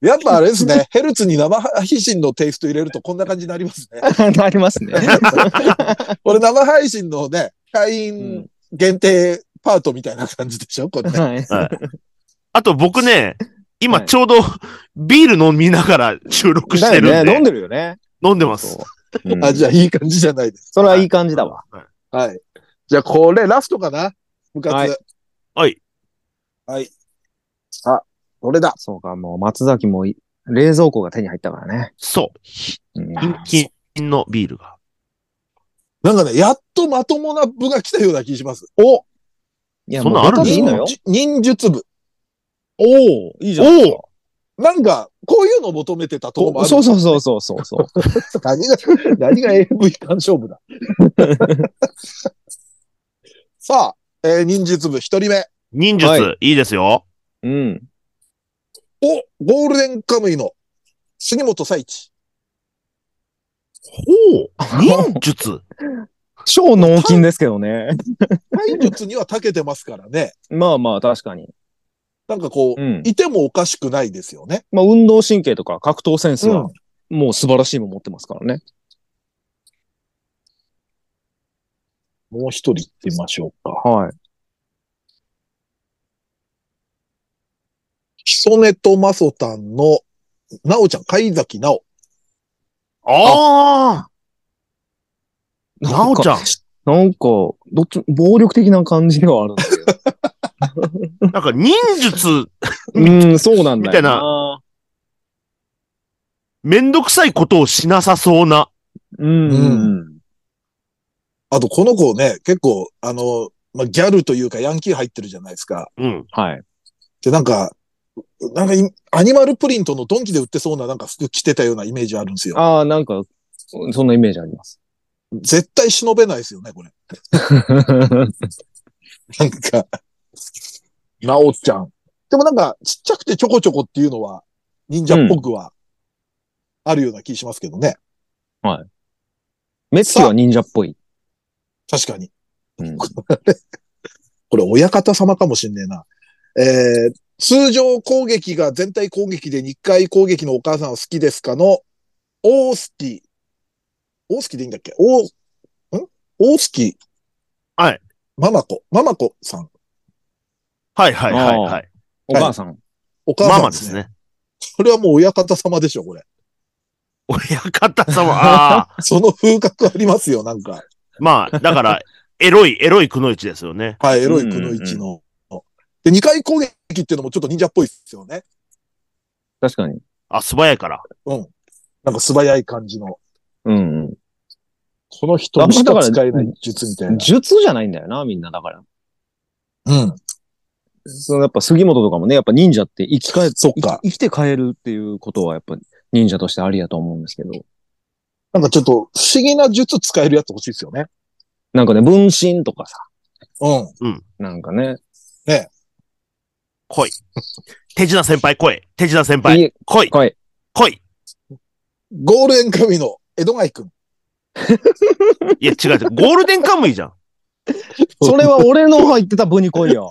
Speaker 2: やっぱあれですね、ヘルツに生配信のテイスト入れるとこんな感じになりますね。
Speaker 3: なりますね。
Speaker 2: 俺生配信のね、会
Speaker 3: うん
Speaker 2: 員限定パートみたいな感じでしょこれね。
Speaker 3: はい。
Speaker 4: あと僕ね、今
Speaker 3: はい
Speaker 4: ちょうどビール飲みながら 収録し
Speaker 3: だ
Speaker 4: て
Speaker 3: よ
Speaker 4: るんで、
Speaker 3: ね。飲んでるよね。
Speaker 4: 飲んでます。
Speaker 3: そう。う ん
Speaker 2: あ、じゃあいい感じじゃないです
Speaker 3: それはいい感じだわ。
Speaker 4: はい。
Speaker 2: か。はい。じゃあこれラストかな部活。
Speaker 3: はい
Speaker 4: はい。
Speaker 2: はい。さあ、どれだ
Speaker 3: そうか、もう松崎もい冷蔵庫が手に入ったからね。
Speaker 4: そう。ひ
Speaker 3: うん
Speaker 4: キンキンのビールが。
Speaker 2: なんかね、やっとまともな部が来たような気します。
Speaker 3: おいや、
Speaker 4: そんな
Speaker 3: も
Speaker 4: ん
Speaker 3: う
Speaker 4: あ
Speaker 3: ベタ
Speaker 4: るの
Speaker 3: でいいのよ。
Speaker 2: 忍術部。
Speaker 3: おおいいじゃん。
Speaker 2: なんか、こういうの求めてたとこもあ
Speaker 3: お
Speaker 2: る。
Speaker 3: そうそうそうそうそうそう。
Speaker 2: 何が、 何が AV 鑑賞 部だ。さあ、えー忍術部一人目。
Speaker 4: 忍術、、
Speaker 3: はい
Speaker 4: いですよ。
Speaker 3: うん。
Speaker 2: お、ゴールデンカムイの杉本彩一。
Speaker 4: ほう忍術
Speaker 3: 超脳筋ですけどね。
Speaker 2: 体術には長けてますからね。
Speaker 3: まあまあ、確かに。
Speaker 2: なんかこう、
Speaker 3: うん。
Speaker 2: いてもおかしくないですよね。
Speaker 3: まあ、運動神経とか格闘センスは、もう素晴らしいもん持ってますからね。
Speaker 2: もう一人行ってみましょうか。
Speaker 3: はい。
Speaker 2: ヒソネとマソタンの、なおちゃん、貝崎なお。
Speaker 4: あ あなおちゃん。
Speaker 3: なんか、どっちも暴力的な感じではあるんだけど。
Speaker 4: なんか忍術、
Speaker 3: うん、そうなんだよ。
Speaker 4: みたいな。めんどくさいことをしなさそうな。
Speaker 3: うん。
Speaker 2: あと、この子ね、結構、あの、まあ、ギャルというかヤンキー入ってるじゃないですか。
Speaker 4: うん。
Speaker 3: はい。
Speaker 2: で、なんか、なんかい、アニマルプリントのドンキで売ってそうななんか服着てたようなイメージあるんですよ。
Speaker 3: ああ、なんか、そんなイメージあります。
Speaker 2: 絶対忍べないですよね、 これ。なんか、なおちゃん。でもなんか、ちっちゃくてちょこちょこっていうのは、忍者っぽくは、あるような気しますけどね。
Speaker 3: メッツは忍者っぽい。
Speaker 2: 確かに。
Speaker 3: うん
Speaker 2: これ、親方様かもしんねえな。えー、通常攻撃が全体攻撃で2回攻撃のお母さんは好きですかの、オースキー。オースキーでいいんだっけオー、んオースキー。
Speaker 4: はい。
Speaker 2: ママコ、ママコさん。
Speaker 4: はいはいはい
Speaker 3: あ
Speaker 4: はい。
Speaker 3: お母さん。
Speaker 2: お母さん、
Speaker 4: ママです。ね。
Speaker 2: これはもう親方様でしょ、これ。
Speaker 4: 親方様、ああ。
Speaker 2: その風格ありますよ、なんか。
Speaker 4: まあ、だから、エロい、エロいくのいちですよね。
Speaker 2: はい、エロいくの一の。で、2回攻撃っていうのもちょっと忍者っぽいですよね。
Speaker 3: 確かに。
Speaker 4: あ、素早いから。
Speaker 2: うん。なんか素早い感じの。
Speaker 3: うんう
Speaker 2: この人にしか使えない術みたい
Speaker 3: ん。
Speaker 2: な。
Speaker 3: 術じゃないんだよな、みんなだから。
Speaker 2: うん。
Speaker 3: そのやっぱ杉本とかもね、やっぱ忍者って生き返
Speaker 2: そっか
Speaker 3: 生き生きて帰るっていうことはやっぱ忍者としてありやと思うんですけど。
Speaker 2: なんかちょっと不思議な術使えるやつ欲しいですよね。
Speaker 3: なんかね、分身とかさ、
Speaker 2: うん。
Speaker 3: なんかね、
Speaker 4: 来い。手品先輩来い。手品先輩。
Speaker 3: い
Speaker 4: 来い。
Speaker 3: 来い。
Speaker 4: 来い。
Speaker 2: ゴールデンカムイの江戸貝くん。
Speaker 4: いや、違う違う。ゴールデンカムイじゃん。
Speaker 3: それは俺の入ってた部に来い よ。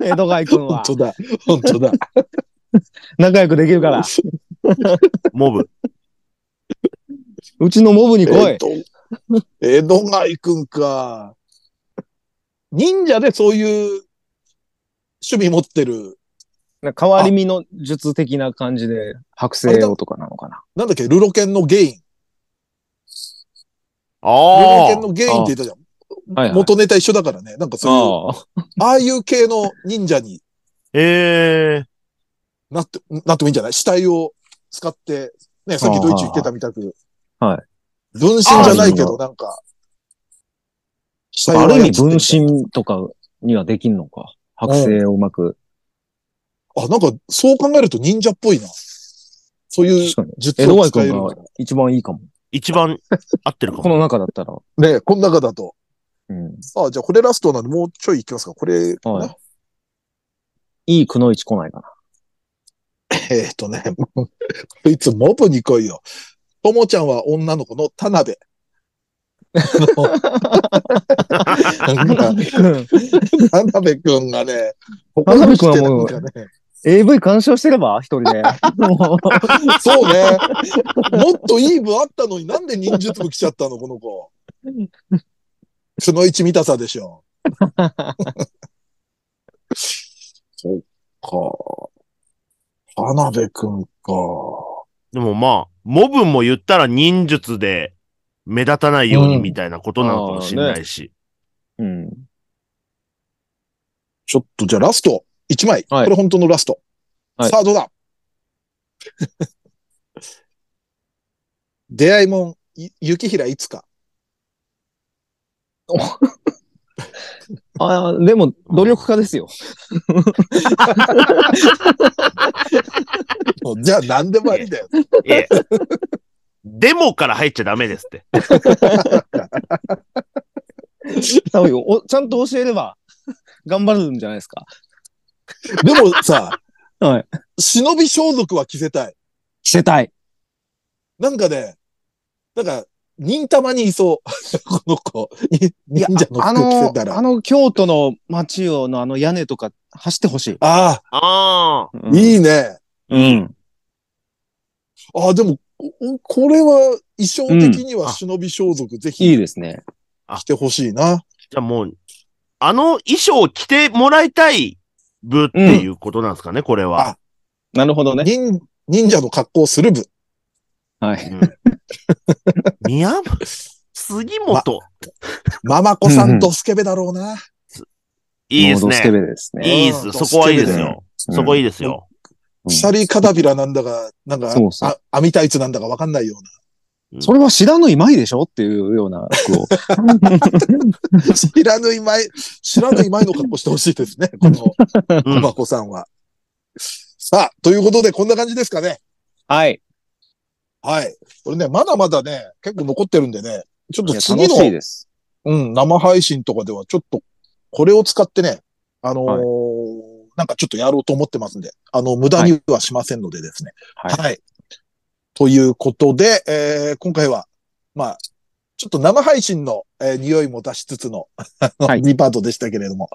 Speaker 3: 江戸川君
Speaker 2: 本
Speaker 3: は
Speaker 2: 当だ。本当 だ。
Speaker 3: 仲良くできるから、
Speaker 4: モブ。
Speaker 3: うちのモブに来
Speaker 2: えっ
Speaker 3: い。
Speaker 2: と、江戸貝くんか。忍者でそういう趣味持ってる、
Speaker 3: なんか変わり身の術的な感じで、剥製をとかなのかな。
Speaker 2: なんだっけ、ルロケンのゲイン。ルロ
Speaker 4: あ
Speaker 2: ケ
Speaker 4: あ
Speaker 2: ン。のゲインって言ったじゃん。
Speaker 3: はいはい
Speaker 2: 元ネタ一緒だからね。なんかそういう、
Speaker 3: ああ。
Speaker 2: ああいう系の忍者に
Speaker 4: ええ
Speaker 2: なって、なってもいいんじゃない死体を使って、ね、さっきドイツ行ってたみたく。。
Speaker 3: はいはい
Speaker 2: 分身じゃないけど、なんか、死体を操
Speaker 3: ある
Speaker 2: って
Speaker 3: 意味分。身とかにはできんのか。剥製をうまく。
Speaker 2: あ、なんか、そう考えると忍者っぽいな。そういう
Speaker 3: 確かに。
Speaker 2: 術
Speaker 3: 江戸
Speaker 2: を
Speaker 3: 川
Speaker 2: 使える
Speaker 3: 君が一番いいかも。
Speaker 4: 一番合ってるか
Speaker 3: こ
Speaker 4: も。
Speaker 3: の中だったら。
Speaker 2: ね、この中だと。
Speaker 3: うん。
Speaker 2: あ、じゃあこれラストなんで、もうちょい行きますか。これ、
Speaker 3: はい。いいくのいち来ないかな。
Speaker 2: えっとね、 もうこいつモブに来いよ。ともちゃんは女の子の田 辺。あの なんか田辺くんがね、ここに来てなんかね、
Speaker 3: AV 鑑賞してれば一人で。もう
Speaker 2: そうね。もっといい部あったのになんで忍術部来ちゃったの、この子。くの一見たさでしょ。そっか。田辺くんか。
Speaker 4: でもまあ、モブも言ったら忍術で目立たないようにみたいなことなのかもしれないし。
Speaker 3: うん。
Speaker 2: ちょっとじゃあラスト、一枚。
Speaker 3: はい
Speaker 2: これ本当のラスト。
Speaker 3: はい
Speaker 2: さあどうだ 出会いもん、ゆ雪平いつか。
Speaker 3: ああ、でも、努力家ですよ。
Speaker 2: もうじゃあ何でもありだよ。
Speaker 4: ええ。デモから入っちゃダメですって。
Speaker 3: 多分おちゃんと教えれば、頑張るんじゃないですか。
Speaker 2: でもさ、
Speaker 3: はい。
Speaker 2: 忍び装束は着せたい。
Speaker 3: 着せたい。
Speaker 2: なんかね、なんか、忍たまにいそう。 この子。に忍者の
Speaker 3: あ
Speaker 2: 服着せ
Speaker 3: の
Speaker 2: た、ら。
Speaker 3: あ
Speaker 2: あ
Speaker 3: の、京都の街を、のあの屋根とか、走ってほしい。
Speaker 2: あ
Speaker 4: ああ。
Speaker 2: ー、いいね。
Speaker 3: うん。
Speaker 2: ああ、でも、おこれは衣装的には忍び装束ぜ
Speaker 3: いい
Speaker 2: ひ
Speaker 3: ですね。
Speaker 2: 着てほしいな。
Speaker 4: じゃあもう、あの衣装を着てもらいたい部っていうことなんですかね、これは。
Speaker 3: なるほどね。
Speaker 2: 忍、忍者の格好をする部。
Speaker 3: は
Speaker 4: う
Speaker 3: い。
Speaker 4: ん、宮本、杉本。
Speaker 2: ママ子さんとスケベだろうな。
Speaker 4: いいです
Speaker 3: モードスケ
Speaker 4: ね。
Speaker 3: ベですね。
Speaker 4: いいです。
Speaker 2: うん
Speaker 4: そこはいいですよ。
Speaker 3: うん
Speaker 4: そこいいですよ。
Speaker 3: うん
Speaker 2: 鎖カダビラなんだか、なんか
Speaker 3: そう、そう
Speaker 2: あ網タイツなんだかわかんないよう
Speaker 3: それは知らぬいまいでしょっていうような服を。
Speaker 2: な。知らぬい前、知らぬい前の格好してほしいですね。 この、
Speaker 4: うん
Speaker 2: ママ子さんは。さあ、ということで、こんな感じですかね。
Speaker 3: はい。
Speaker 2: はい。これね、まだまだね、結構残ってるんでね、ちょっ
Speaker 3: い
Speaker 2: と
Speaker 3: や
Speaker 2: 次
Speaker 3: 楽しい
Speaker 2: の、
Speaker 3: です。
Speaker 2: うん、生配信とかではちょっと、これを使ってね、あのーなんかちょっとやろうと思ってますんで、あの、無駄にはしませんのでですね。
Speaker 3: は
Speaker 2: はいい。ということで、えー今回は、まあ、ちょっと生配信の、えー匂いも出しつつの、あの、
Speaker 3: はい
Speaker 2: 2パートでしたけれども、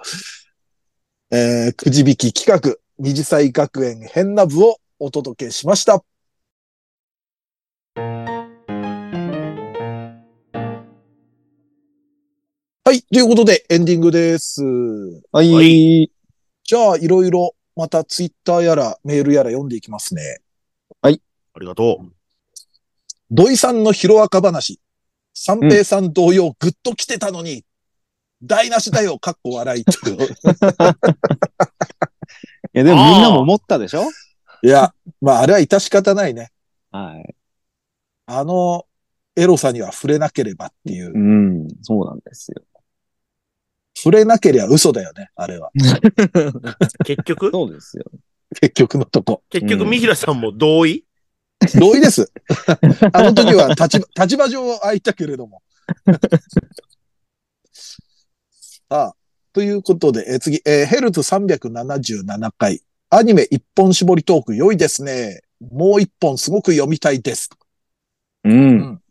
Speaker 2: えーくじ引き企画、二次祭学園変な部をお届けしました。はい。ということで、エンディングです。
Speaker 3: はい。
Speaker 4: は
Speaker 2: じゃあ、いろいろ、またツイッターやらメールやら読んでいきますね。
Speaker 4: ありがとう。
Speaker 2: 土井さんのヒロアカ話。三平さん同様、ぐっと来てたのに、台無しだよ、かっこ笑いっていう。
Speaker 3: いや、でもみんなも思ったでしょ
Speaker 2: いや、まあ、あれは致し方ないね。
Speaker 3: はい。
Speaker 2: あの、エロさには触れなければっていう
Speaker 3: う。ん。そうなんですよ。
Speaker 2: 触れなければ嘘だよね、あれは。
Speaker 4: 結局
Speaker 3: そうですよ。
Speaker 2: 結局のとこ。
Speaker 4: 結局、
Speaker 3: うん
Speaker 4: 三平さんも同意
Speaker 2: 同意です。あの時は立場、立場上は空いたけれども、 さあ、ということで、えー次、えーヘルツ377回、アニメ一本絞りトーク良いですね。もう一本すごく読みたいです。
Speaker 3: うん。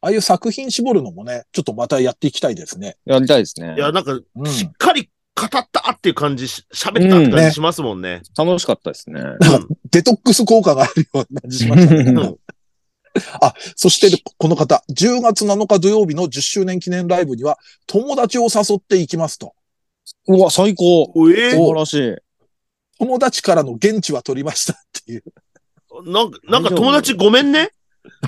Speaker 2: ああいう作品絞るのもね、ちょっとまたやっていきたいですね。
Speaker 3: やりたいですね
Speaker 4: い。や、なんか、
Speaker 2: うん
Speaker 4: しっかり語ったっていう感じし、喋ったって
Speaker 3: うん
Speaker 4: 感
Speaker 2: ね
Speaker 4: じしますもんね。
Speaker 3: 楽しかったですね。
Speaker 2: デトックス効果があるような感じしましたね。
Speaker 4: うん
Speaker 2: そして、この方、10月7日土曜日の10周年記念ライブには、友達を誘っていきますと。
Speaker 3: うわ、最高。
Speaker 4: うんえ
Speaker 3: 素晴らしい。
Speaker 2: 友達からの現地は取りましたっていう。
Speaker 4: なんか、なんか友達ごめんね。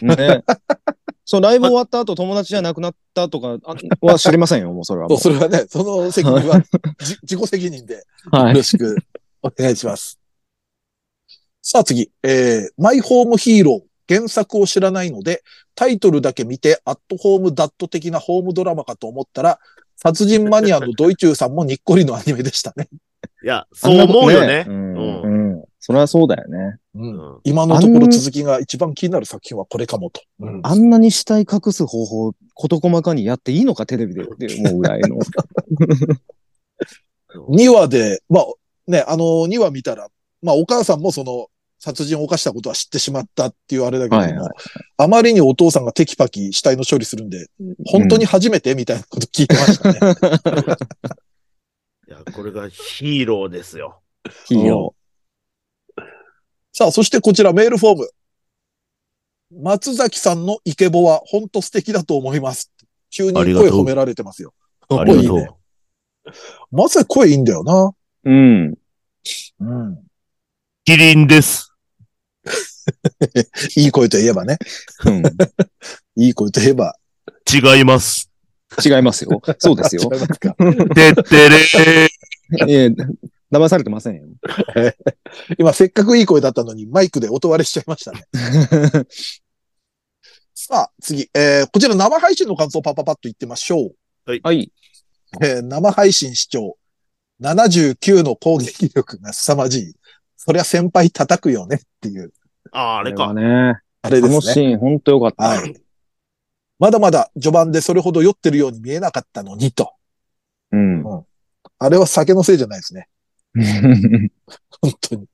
Speaker 3: ね。 そう、ライブ終わった後、友達じゃなくなったとかあは知りませんよ、もうそれはも。
Speaker 2: そううそれはね、その責任は、じ自己責任で、
Speaker 3: は
Speaker 2: よ
Speaker 3: い。
Speaker 2: ろしくお願いします。さあ次、えー、マイホームヒーロー。原作を知らないので、タイトルだけ見て、アットホームダット的なホームドラマかと思ったら、殺人マニアのドイチューさんもにっこりのアニメでしたね。
Speaker 4: いや、そう思うよね
Speaker 3: う。
Speaker 4: うん
Speaker 3: ん。うん。それはそうだよね。
Speaker 2: うん
Speaker 4: うん
Speaker 2: 今のところ続きが一番気になる作品はこれかもと。うん
Speaker 3: あんなに死体隠す方法、事細かにやっていいのか、テレビでって思うぐらい の。
Speaker 2: 2話で、まあね、あの2話見たら、まあお母さんもその殺人を犯したことは知ってしまったっていうあれだけども、
Speaker 3: はいはい
Speaker 2: あまりにお父さんがテキパキ死体の処理するんで、本当に初めて、みたいなこと聞いてました ね。
Speaker 4: いや、これがヒーローですよ。
Speaker 3: ヒーロ
Speaker 2: さあ、そしてこちらメールフォーム。松崎さんのイケボは本当素敵だと思います。急に
Speaker 4: あり
Speaker 2: 声
Speaker 4: がとう
Speaker 2: 褒められてますよ。
Speaker 4: ありがと
Speaker 2: 声
Speaker 4: う
Speaker 2: いいね。まさに声いいんだよな。
Speaker 3: ー。うん。
Speaker 2: うん。
Speaker 4: キリンです。
Speaker 2: いい声といえばね。
Speaker 3: うん
Speaker 2: いい声といえば。
Speaker 4: 違います。
Speaker 3: 違いますよ。そうですよ。
Speaker 2: 違いますか
Speaker 4: てってれ
Speaker 3: ええ、騙されてませんよ。
Speaker 2: 今せっかくいい声だったのにマイクで音割れしちゃいましたね。さあ、次。えー、こちら生配信の感想をパパパッと言ってみましょう。
Speaker 3: はい。
Speaker 2: えー生配信視聴。79の攻撃力が凄まじい。そりゃ先輩叩くよねっていう、
Speaker 4: あ、あ
Speaker 3: あ
Speaker 4: れか。
Speaker 3: ね。
Speaker 2: あれ
Speaker 3: こ
Speaker 2: で
Speaker 3: の
Speaker 2: す
Speaker 3: シ
Speaker 2: ね。
Speaker 3: ーン、本当よかった。
Speaker 2: はい。まだまだ序盤でそれほど酔ってるように見えなかったのにと。
Speaker 3: うん。
Speaker 2: あれは酒のせいじゃないですね。本当に。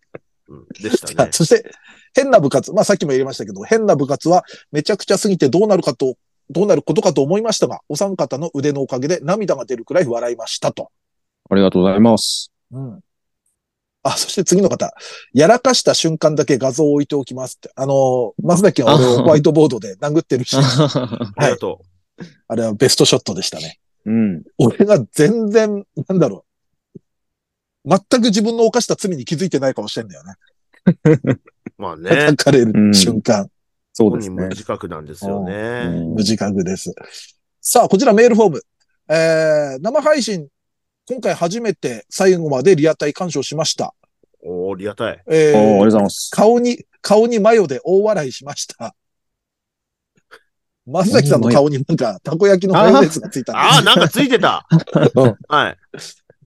Speaker 4: うんでした
Speaker 2: 。
Speaker 4: ね
Speaker 2: そして、変な部活。まあさっきも言いましたけど、変な部活はめちゃくちゃすぎてどうなるかと、どうなることかと思いましたが、お三方の腕のおかげで涙が出るくらい笑いましたと。
Speaker 3: ありがとうござい ます。
Speaker 2: うん。あ、そして次の方。やらかした瞬間だけ画像を置いておきますって。あのー、松崎は俺をホワイトボードで殴ってるし、
Speaker 4: ありがと
Speaker 2: あれはベストショットでしたね。
Speaker 3: うん。
Speaker 2: 俺が全然、なんだろう。全く自分の犯した罪に気づいてない顔してんだよね。
Speaker 4: う。 まあね
Speaker 2: 叩。かれる瞬間、
Speaker 3: そう
Speaker 4: 本
Speaker 3: です
Speaker 4: 人
Speaker 3: ね
Speaker 4: 無。自覚なんですよね。
Speaker 2: 無自覚です。さあ、こちらメールフォーム。えー、生配信、今回初めて最後までリアタイ鑑賞しました。
Speaker 4: おお、ありがたい。
Speaker 2: えー
Speaker 3: おーありがとうございます。
Speaker 2: 顔に、顔にマヨで大笑いしました。松崎さんの顔になんか、たこ焼きのマヨネーズがついた
Speaker 4: ああ、
Speaker 2: んで
Speaker 4: なんかついてた。
Speaker 2: うん
Speaker 4: はい。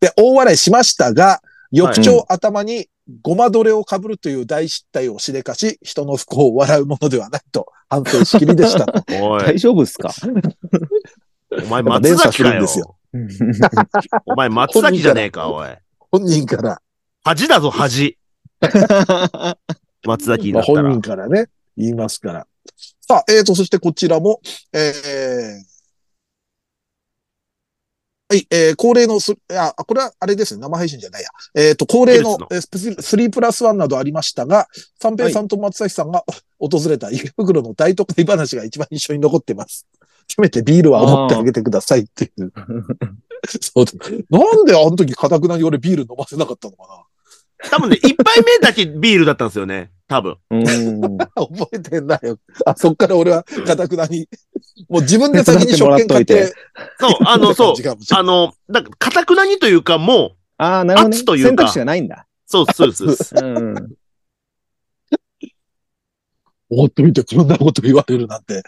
Speaker 2: で、大笑いしましたが、翌朝頭にごまどれを被るという大失態をしでかし、人の不幸を笑うものではないと反省しきりでした。
Speaker 4: おい
Speaker 3: 大、丈夫ですか
Speaker 4: お前松
Speaker 2: 連
Speaker 4: 崎か
Speaker 2: 鎖するん
Speaker 4: よ
Speaker 2: です。よ
Speaker 4: お前松崎じゃねえか、おい。
Speaker 2: 本人から、
Speaker 4: 恥だぞ、恥。松崎
Speaker 2: ま
Speaker 4: だ
Speaker 2: あ、
Speaker 4: った
Speaker 2: 本
Speaker 4: ら
Speaker 2: 人。からね、言いますから。さあ、えーと、そしてこちらも、えーはい、えー恒例のす、あ、これはあれですね、生配信じゃないや。えっ、と、恒例の
Speaker 4: ヘルツの
Speaker 2: えースペシ3プラス1などありましたが、三平さんと松崎さんがお訪れた池袋の大都会話が一番印象に残ってます。せめてビールは持ってあげてくださいって いう。そうですなんであの時、かたくなに俺ビール飲ませなかったのか
Speaker 4: 多分ね、一杯目だけビールだったんですよね。多分。
Speaker 3: うん。
Speaker 2: な覚えてないよ。あ、そっから俺はかたくなに、もう自分で先に食券買って、
Speaker 4: そう、 あの、そう
Speaker 2: っ。て感じか
Speaker 4: あ
Speaker 2: もし
Speaker 4: の、なんか、かたくなにというか、もう、
Speaker 3: ああ、なるほどね。
Speaker 4: 圧という
Speaker 3: 選
Speaker 4: か
Speaker 3: 択肢がないんだ。
Speaker 4: そうですそうですそ うです。
Speaker 3: うん。
Speaker 2: れないおってみて、こんなこと言われるなん て。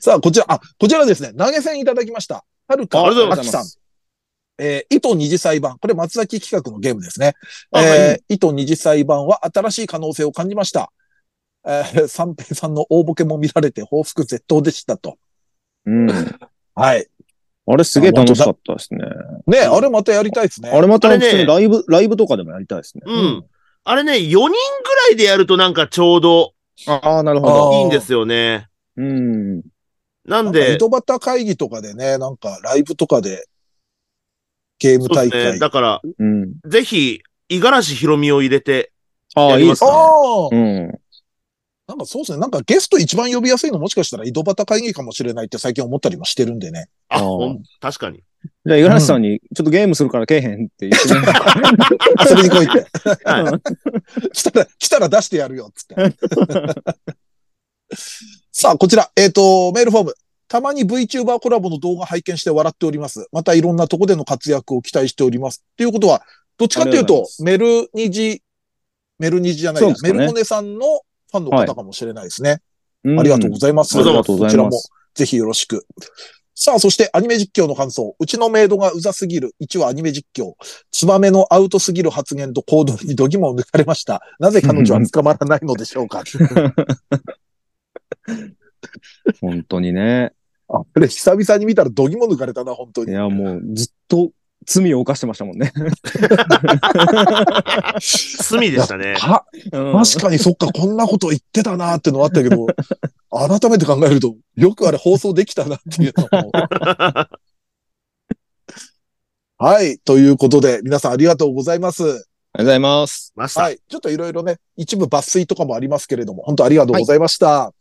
Speaker 2: さあ、こちら、あ、こちらですね、投げ銭いただきました。はるか、
Speaker 4: ありがとうご
Speaker 2: あ
Speaker 4: ざ
Speaker 2: き
Speaker 4: い
Speaker 2: さん。えー、糸二次裁判。これ松崎企画のゲームですね。
Speaker 4: あ
Speaker 2: えー糸二次裁判は新しい可能性を感じました。ええー三平さんの大ボケも見られて報復絶倒でしたと。
Speaker 3: うん。
Speaker 2: はい。
Speaker 3: あれすげえ楽しかったですね。
Speaker 2: ね、あれまたやりたいですね。
Speaker 3: あれまた
Speaker 4: あれ
Speaker 3: 普
Speaker 4: ね
Speaker 3: 通にライブ、ライブとかでもやりたいですね。
Speaker 4: うん。あれね、4人ぐらいでやるとなんかちょうど
Speaker 3: ああ、なるほ
Speaker 2: あ
Speaker 3: ど。
Speaker 2: ー
Speaker 4: いいんですよね。
Speaker 3: うん。
Speaker 4: なん
Speaker 2: なんか井
Speaker 4: で、
Speaker 2: 戸端会議とかでね、なんかライブとかでゲーム
Speaker 4: そう
Speaker 2: 大
Speaker 4: ですね。
Speaker 2: 会。
Speaker 4: だから、
Speaker 3: うん。
Speaker 4: ぜひ、五十嵐ひろみを入れて、
Speaker 3: ああ、いいですね。
Speaker 2: ああ、
Speaker 3: うん。
Speaker 2: なんかそうですね。なんかゲスト一番呼びやすいのもしかしたら井戸端会議かもしれないって最近思ったりもしてるんでね。
Speaker 4: あ、
Speaker 3: あー
Speaker 4: ほん確かに。
Speaker 3: じゃあ、五十嵐さんに、ちょっとゲームするからけえへんって言ってね、
Speaker 2: 遊びに来いって。
Speaker 4: は
Speaker 2: 来たら、来たら出してやるよ、つって。 さあ、こちら、えっ、と、メールフォーム。たまに VTuber コラボの動画拝見して笑っております。またいろんなとこでの活躍を期待しております。っていうことは、どっちかっていうと、メルニジ、メルニジじゃないや、
Speaker 3: そうですか
Speaker 2: メ
Speaker 3: ね
Speaker 2: ルコネさんのファンの方かもしれないですね。
Speaker 3: うん
Speaker 2: ありがとうございます。
Speaker 4: ありが
Speaker 3: と
Speaker 2: こ
Speaker 3: うござ
Speaker 2: ち
Speaker 3: い
Speaker 2: ら
Speaker 3: ま
Speaker 2: も
Speaker 3: す。
Speaker 2: ぜひよろしく。さあ、そしてアニメ実況の感想。うちのメイドがうざすぎる。1話アニメ実況。ツバメのアウトすぎる発言と行動に度肝を抜かれました。なぜ彼女は捕まらないのでしょう か。
Speaker 3: 本当にね。
Speaker 2: あ、これ久々に見たら度肝抜かれたな、本当
Speaker 3: い
Speaker 2: に。
Speaker 3: や、もう、ずっと罪を犯してましたもんね。
Speaker 4: 罪でした ね。
Speaker 2: は、
Speaker 3: うん
Speaker 2: 確かにそっか、こんなこと言ってたなってのはあったけ ど、改めて考えると、よくあれ放送できたなっていうの も。はい。ということで、皆さんありがとうございます。
Speaker 3: ありがとうございます。
Speaker 4: ました。
Speaker 2: はい。ちょっといろいろね、一部抜粋とかもありますけれども、本当ありがとうございました。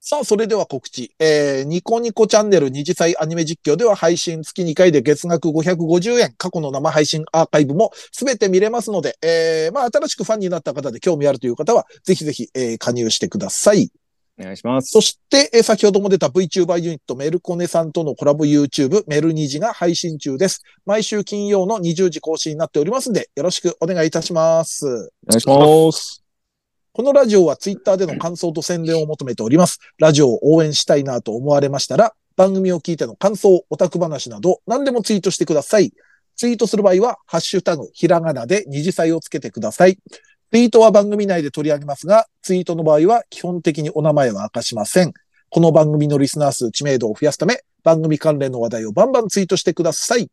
Speaker 2: さあ、それでは告知。えー、ニコニコチャンネル二次祭アニメ実況では配信月2回で月額550円、過去の生配信アーカイブもすべて見れますので、えー、まあ、新しくファンになった方で興味あるという方は、ぜひぜひ、えー加入してください。
Speaker 3: お願いします
Speaker 2: そ。して、えー先ほども出た VTuber ユニットメルコネさんとのコラボ YouTube メルニジが配信中です。毎週金曜の20時更新になっておりますので、よろしくお願いいたします。
Speaker 3: お願いします。
Speaker 2: このラジオは Twitter での感想と宣伝を求めております。ラジオを応援したいなと思われましたら、番組を聞いての感想、オタク話など何でもツイートしてください。ツイートする場合は、ハッシュタグ、ひらがなで二次祭をつけてください。ツイートは番組内で取り上げますが、ツイートの場合は基本的にお名前は明かしません。この番組のリスナー数知名度を増やすため、番組関連の話題をバンバンツイートしてください。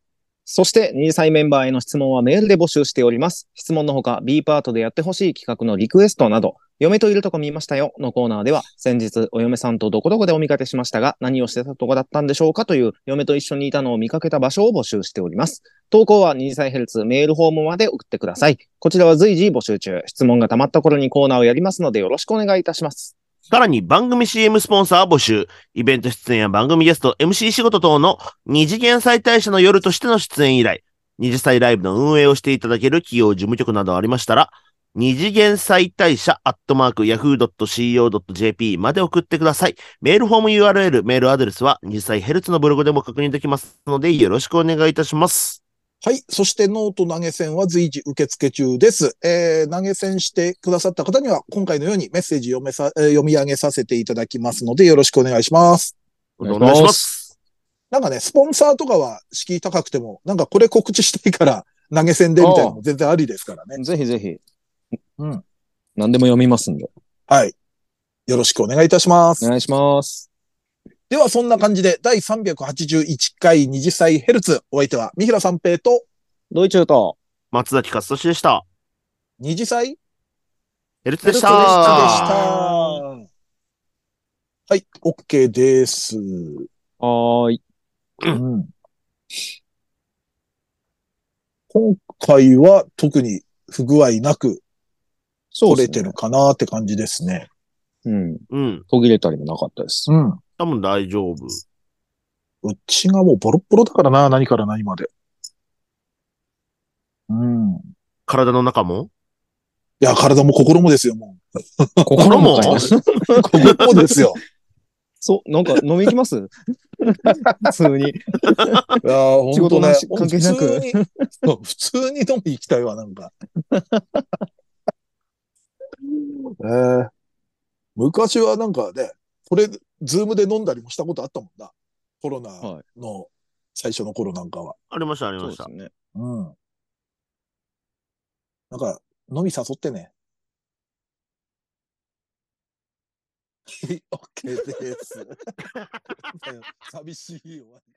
Speaker 3: そして、二次祭メンバーへの質問はメールで募集しております。質問のほか、B パートでやってほしい企画のリクエストなど、嫁といるとこ見ましたよのコーナーでは、先日、お嫁さんとどこどこでお見かけしましたが、何をしてたとこだったんでしょうかという、嫁と一緒にいたのを見かけた場所を募集しております。投稿は二次祭ヘルツメールフォームまで送ってください。こちらは随時募集中。質問が溜まった頃にコーナーをやりますので、よろしくお願いいたします。
Speaker 4: さらに番組 CM スポンサー募集、イベント出演や番組ゲスト、MC 仕事等の二次元再大社の夜としての出演以来、二次祭ライブの運営をしていただける企業事務局などありましたら、二次元再大社アットマーク yahoo.co.jp まで送ってください。メールフォーム URL、メールアドレスは二次祭ヘルツのブログでも確認できますので、よろしくお願いいたします。
Speaker 2: はい。そしてノート投げ銭は随時受付中です。えー、投げ銭してくださった方には、今回のようにメッセージ読めさ、えー読み上げさせていただきますので、よろしくお願いします。
Speaker 4: お願いします。
Speaker 2: なんかね、スポンサーとかは敷居高くても、なんかこれ告知したいから 投げ銭でみたいなのも全然ありですからね。
Speaker 3: ぜひぜひ。
Speaker 2: うん。
Speaker 3: 何でも読みますんで。
Speaker 2: はい。よろしくお願いいたします。
Speaker 3: お願いします。
Speaker 2: では、そんな感じで、第381回二次祭ヘルツ、お相手は、三平三平と、
Speaker 3: ドイチューと、
Speaker 4: 松崎勝利でした。
Speaker 2: 二次祭
Speaker 4: ヘルツでした。
Speaker 2: ヘルツで
Speaker 3: した
Speaker 2: した。はい、OK です。
Speaker 3: はーい。
Speaker 2: うん今回は特に不具合なく
Speaker 3: そ
Speaker 2: 取れてる。かなって感じですね。
Speaker 3: うん。
Speaker 4: うん。
Speaker 3: 途切れたりもなかっ たです。
Speaker 2: うん。う
Speaker 4: 多分大丈夫。
Speaker 2: ちがもうボロッボロだからな、何から何まで。うん。い
Speaker 4: 体の中も
Speaker 2: や、体も心もですよ、も
Speaker 3: 心
Speaker 4: も
Speaker 3: かよ
Speaker 2: う。心もですよ。
Speaker 3: そう、なんか飲み行きます普通
Speaker 2: い
Speaker 3: に。
Speaker 2: やー、
Speaker 3: 仕
Speaker 2: 本
Speaker 3: 事
Speaker 2: 当
Speaker 3: な
Speaker 2: ね
Speaker 3: し、関係なく
Speaker 2: 普通に、そう普通に飲み行きたいわ、なん か。えー昔はなんかね、これ、ズームで飲んだりもしたことあったもんな。コロナの最初の頃なんかは。
Speaker 4: ありました、あり
Speaker 3: そ
Speaker 4: ま
Speaker 3: う
Speaker 4: し
Speaker 3: で
Speaker 4: た
Speaker 3: す。ね。
Speaker 2: うん。 なんか、飲み誘ってね。 OK です。寂しい終わり。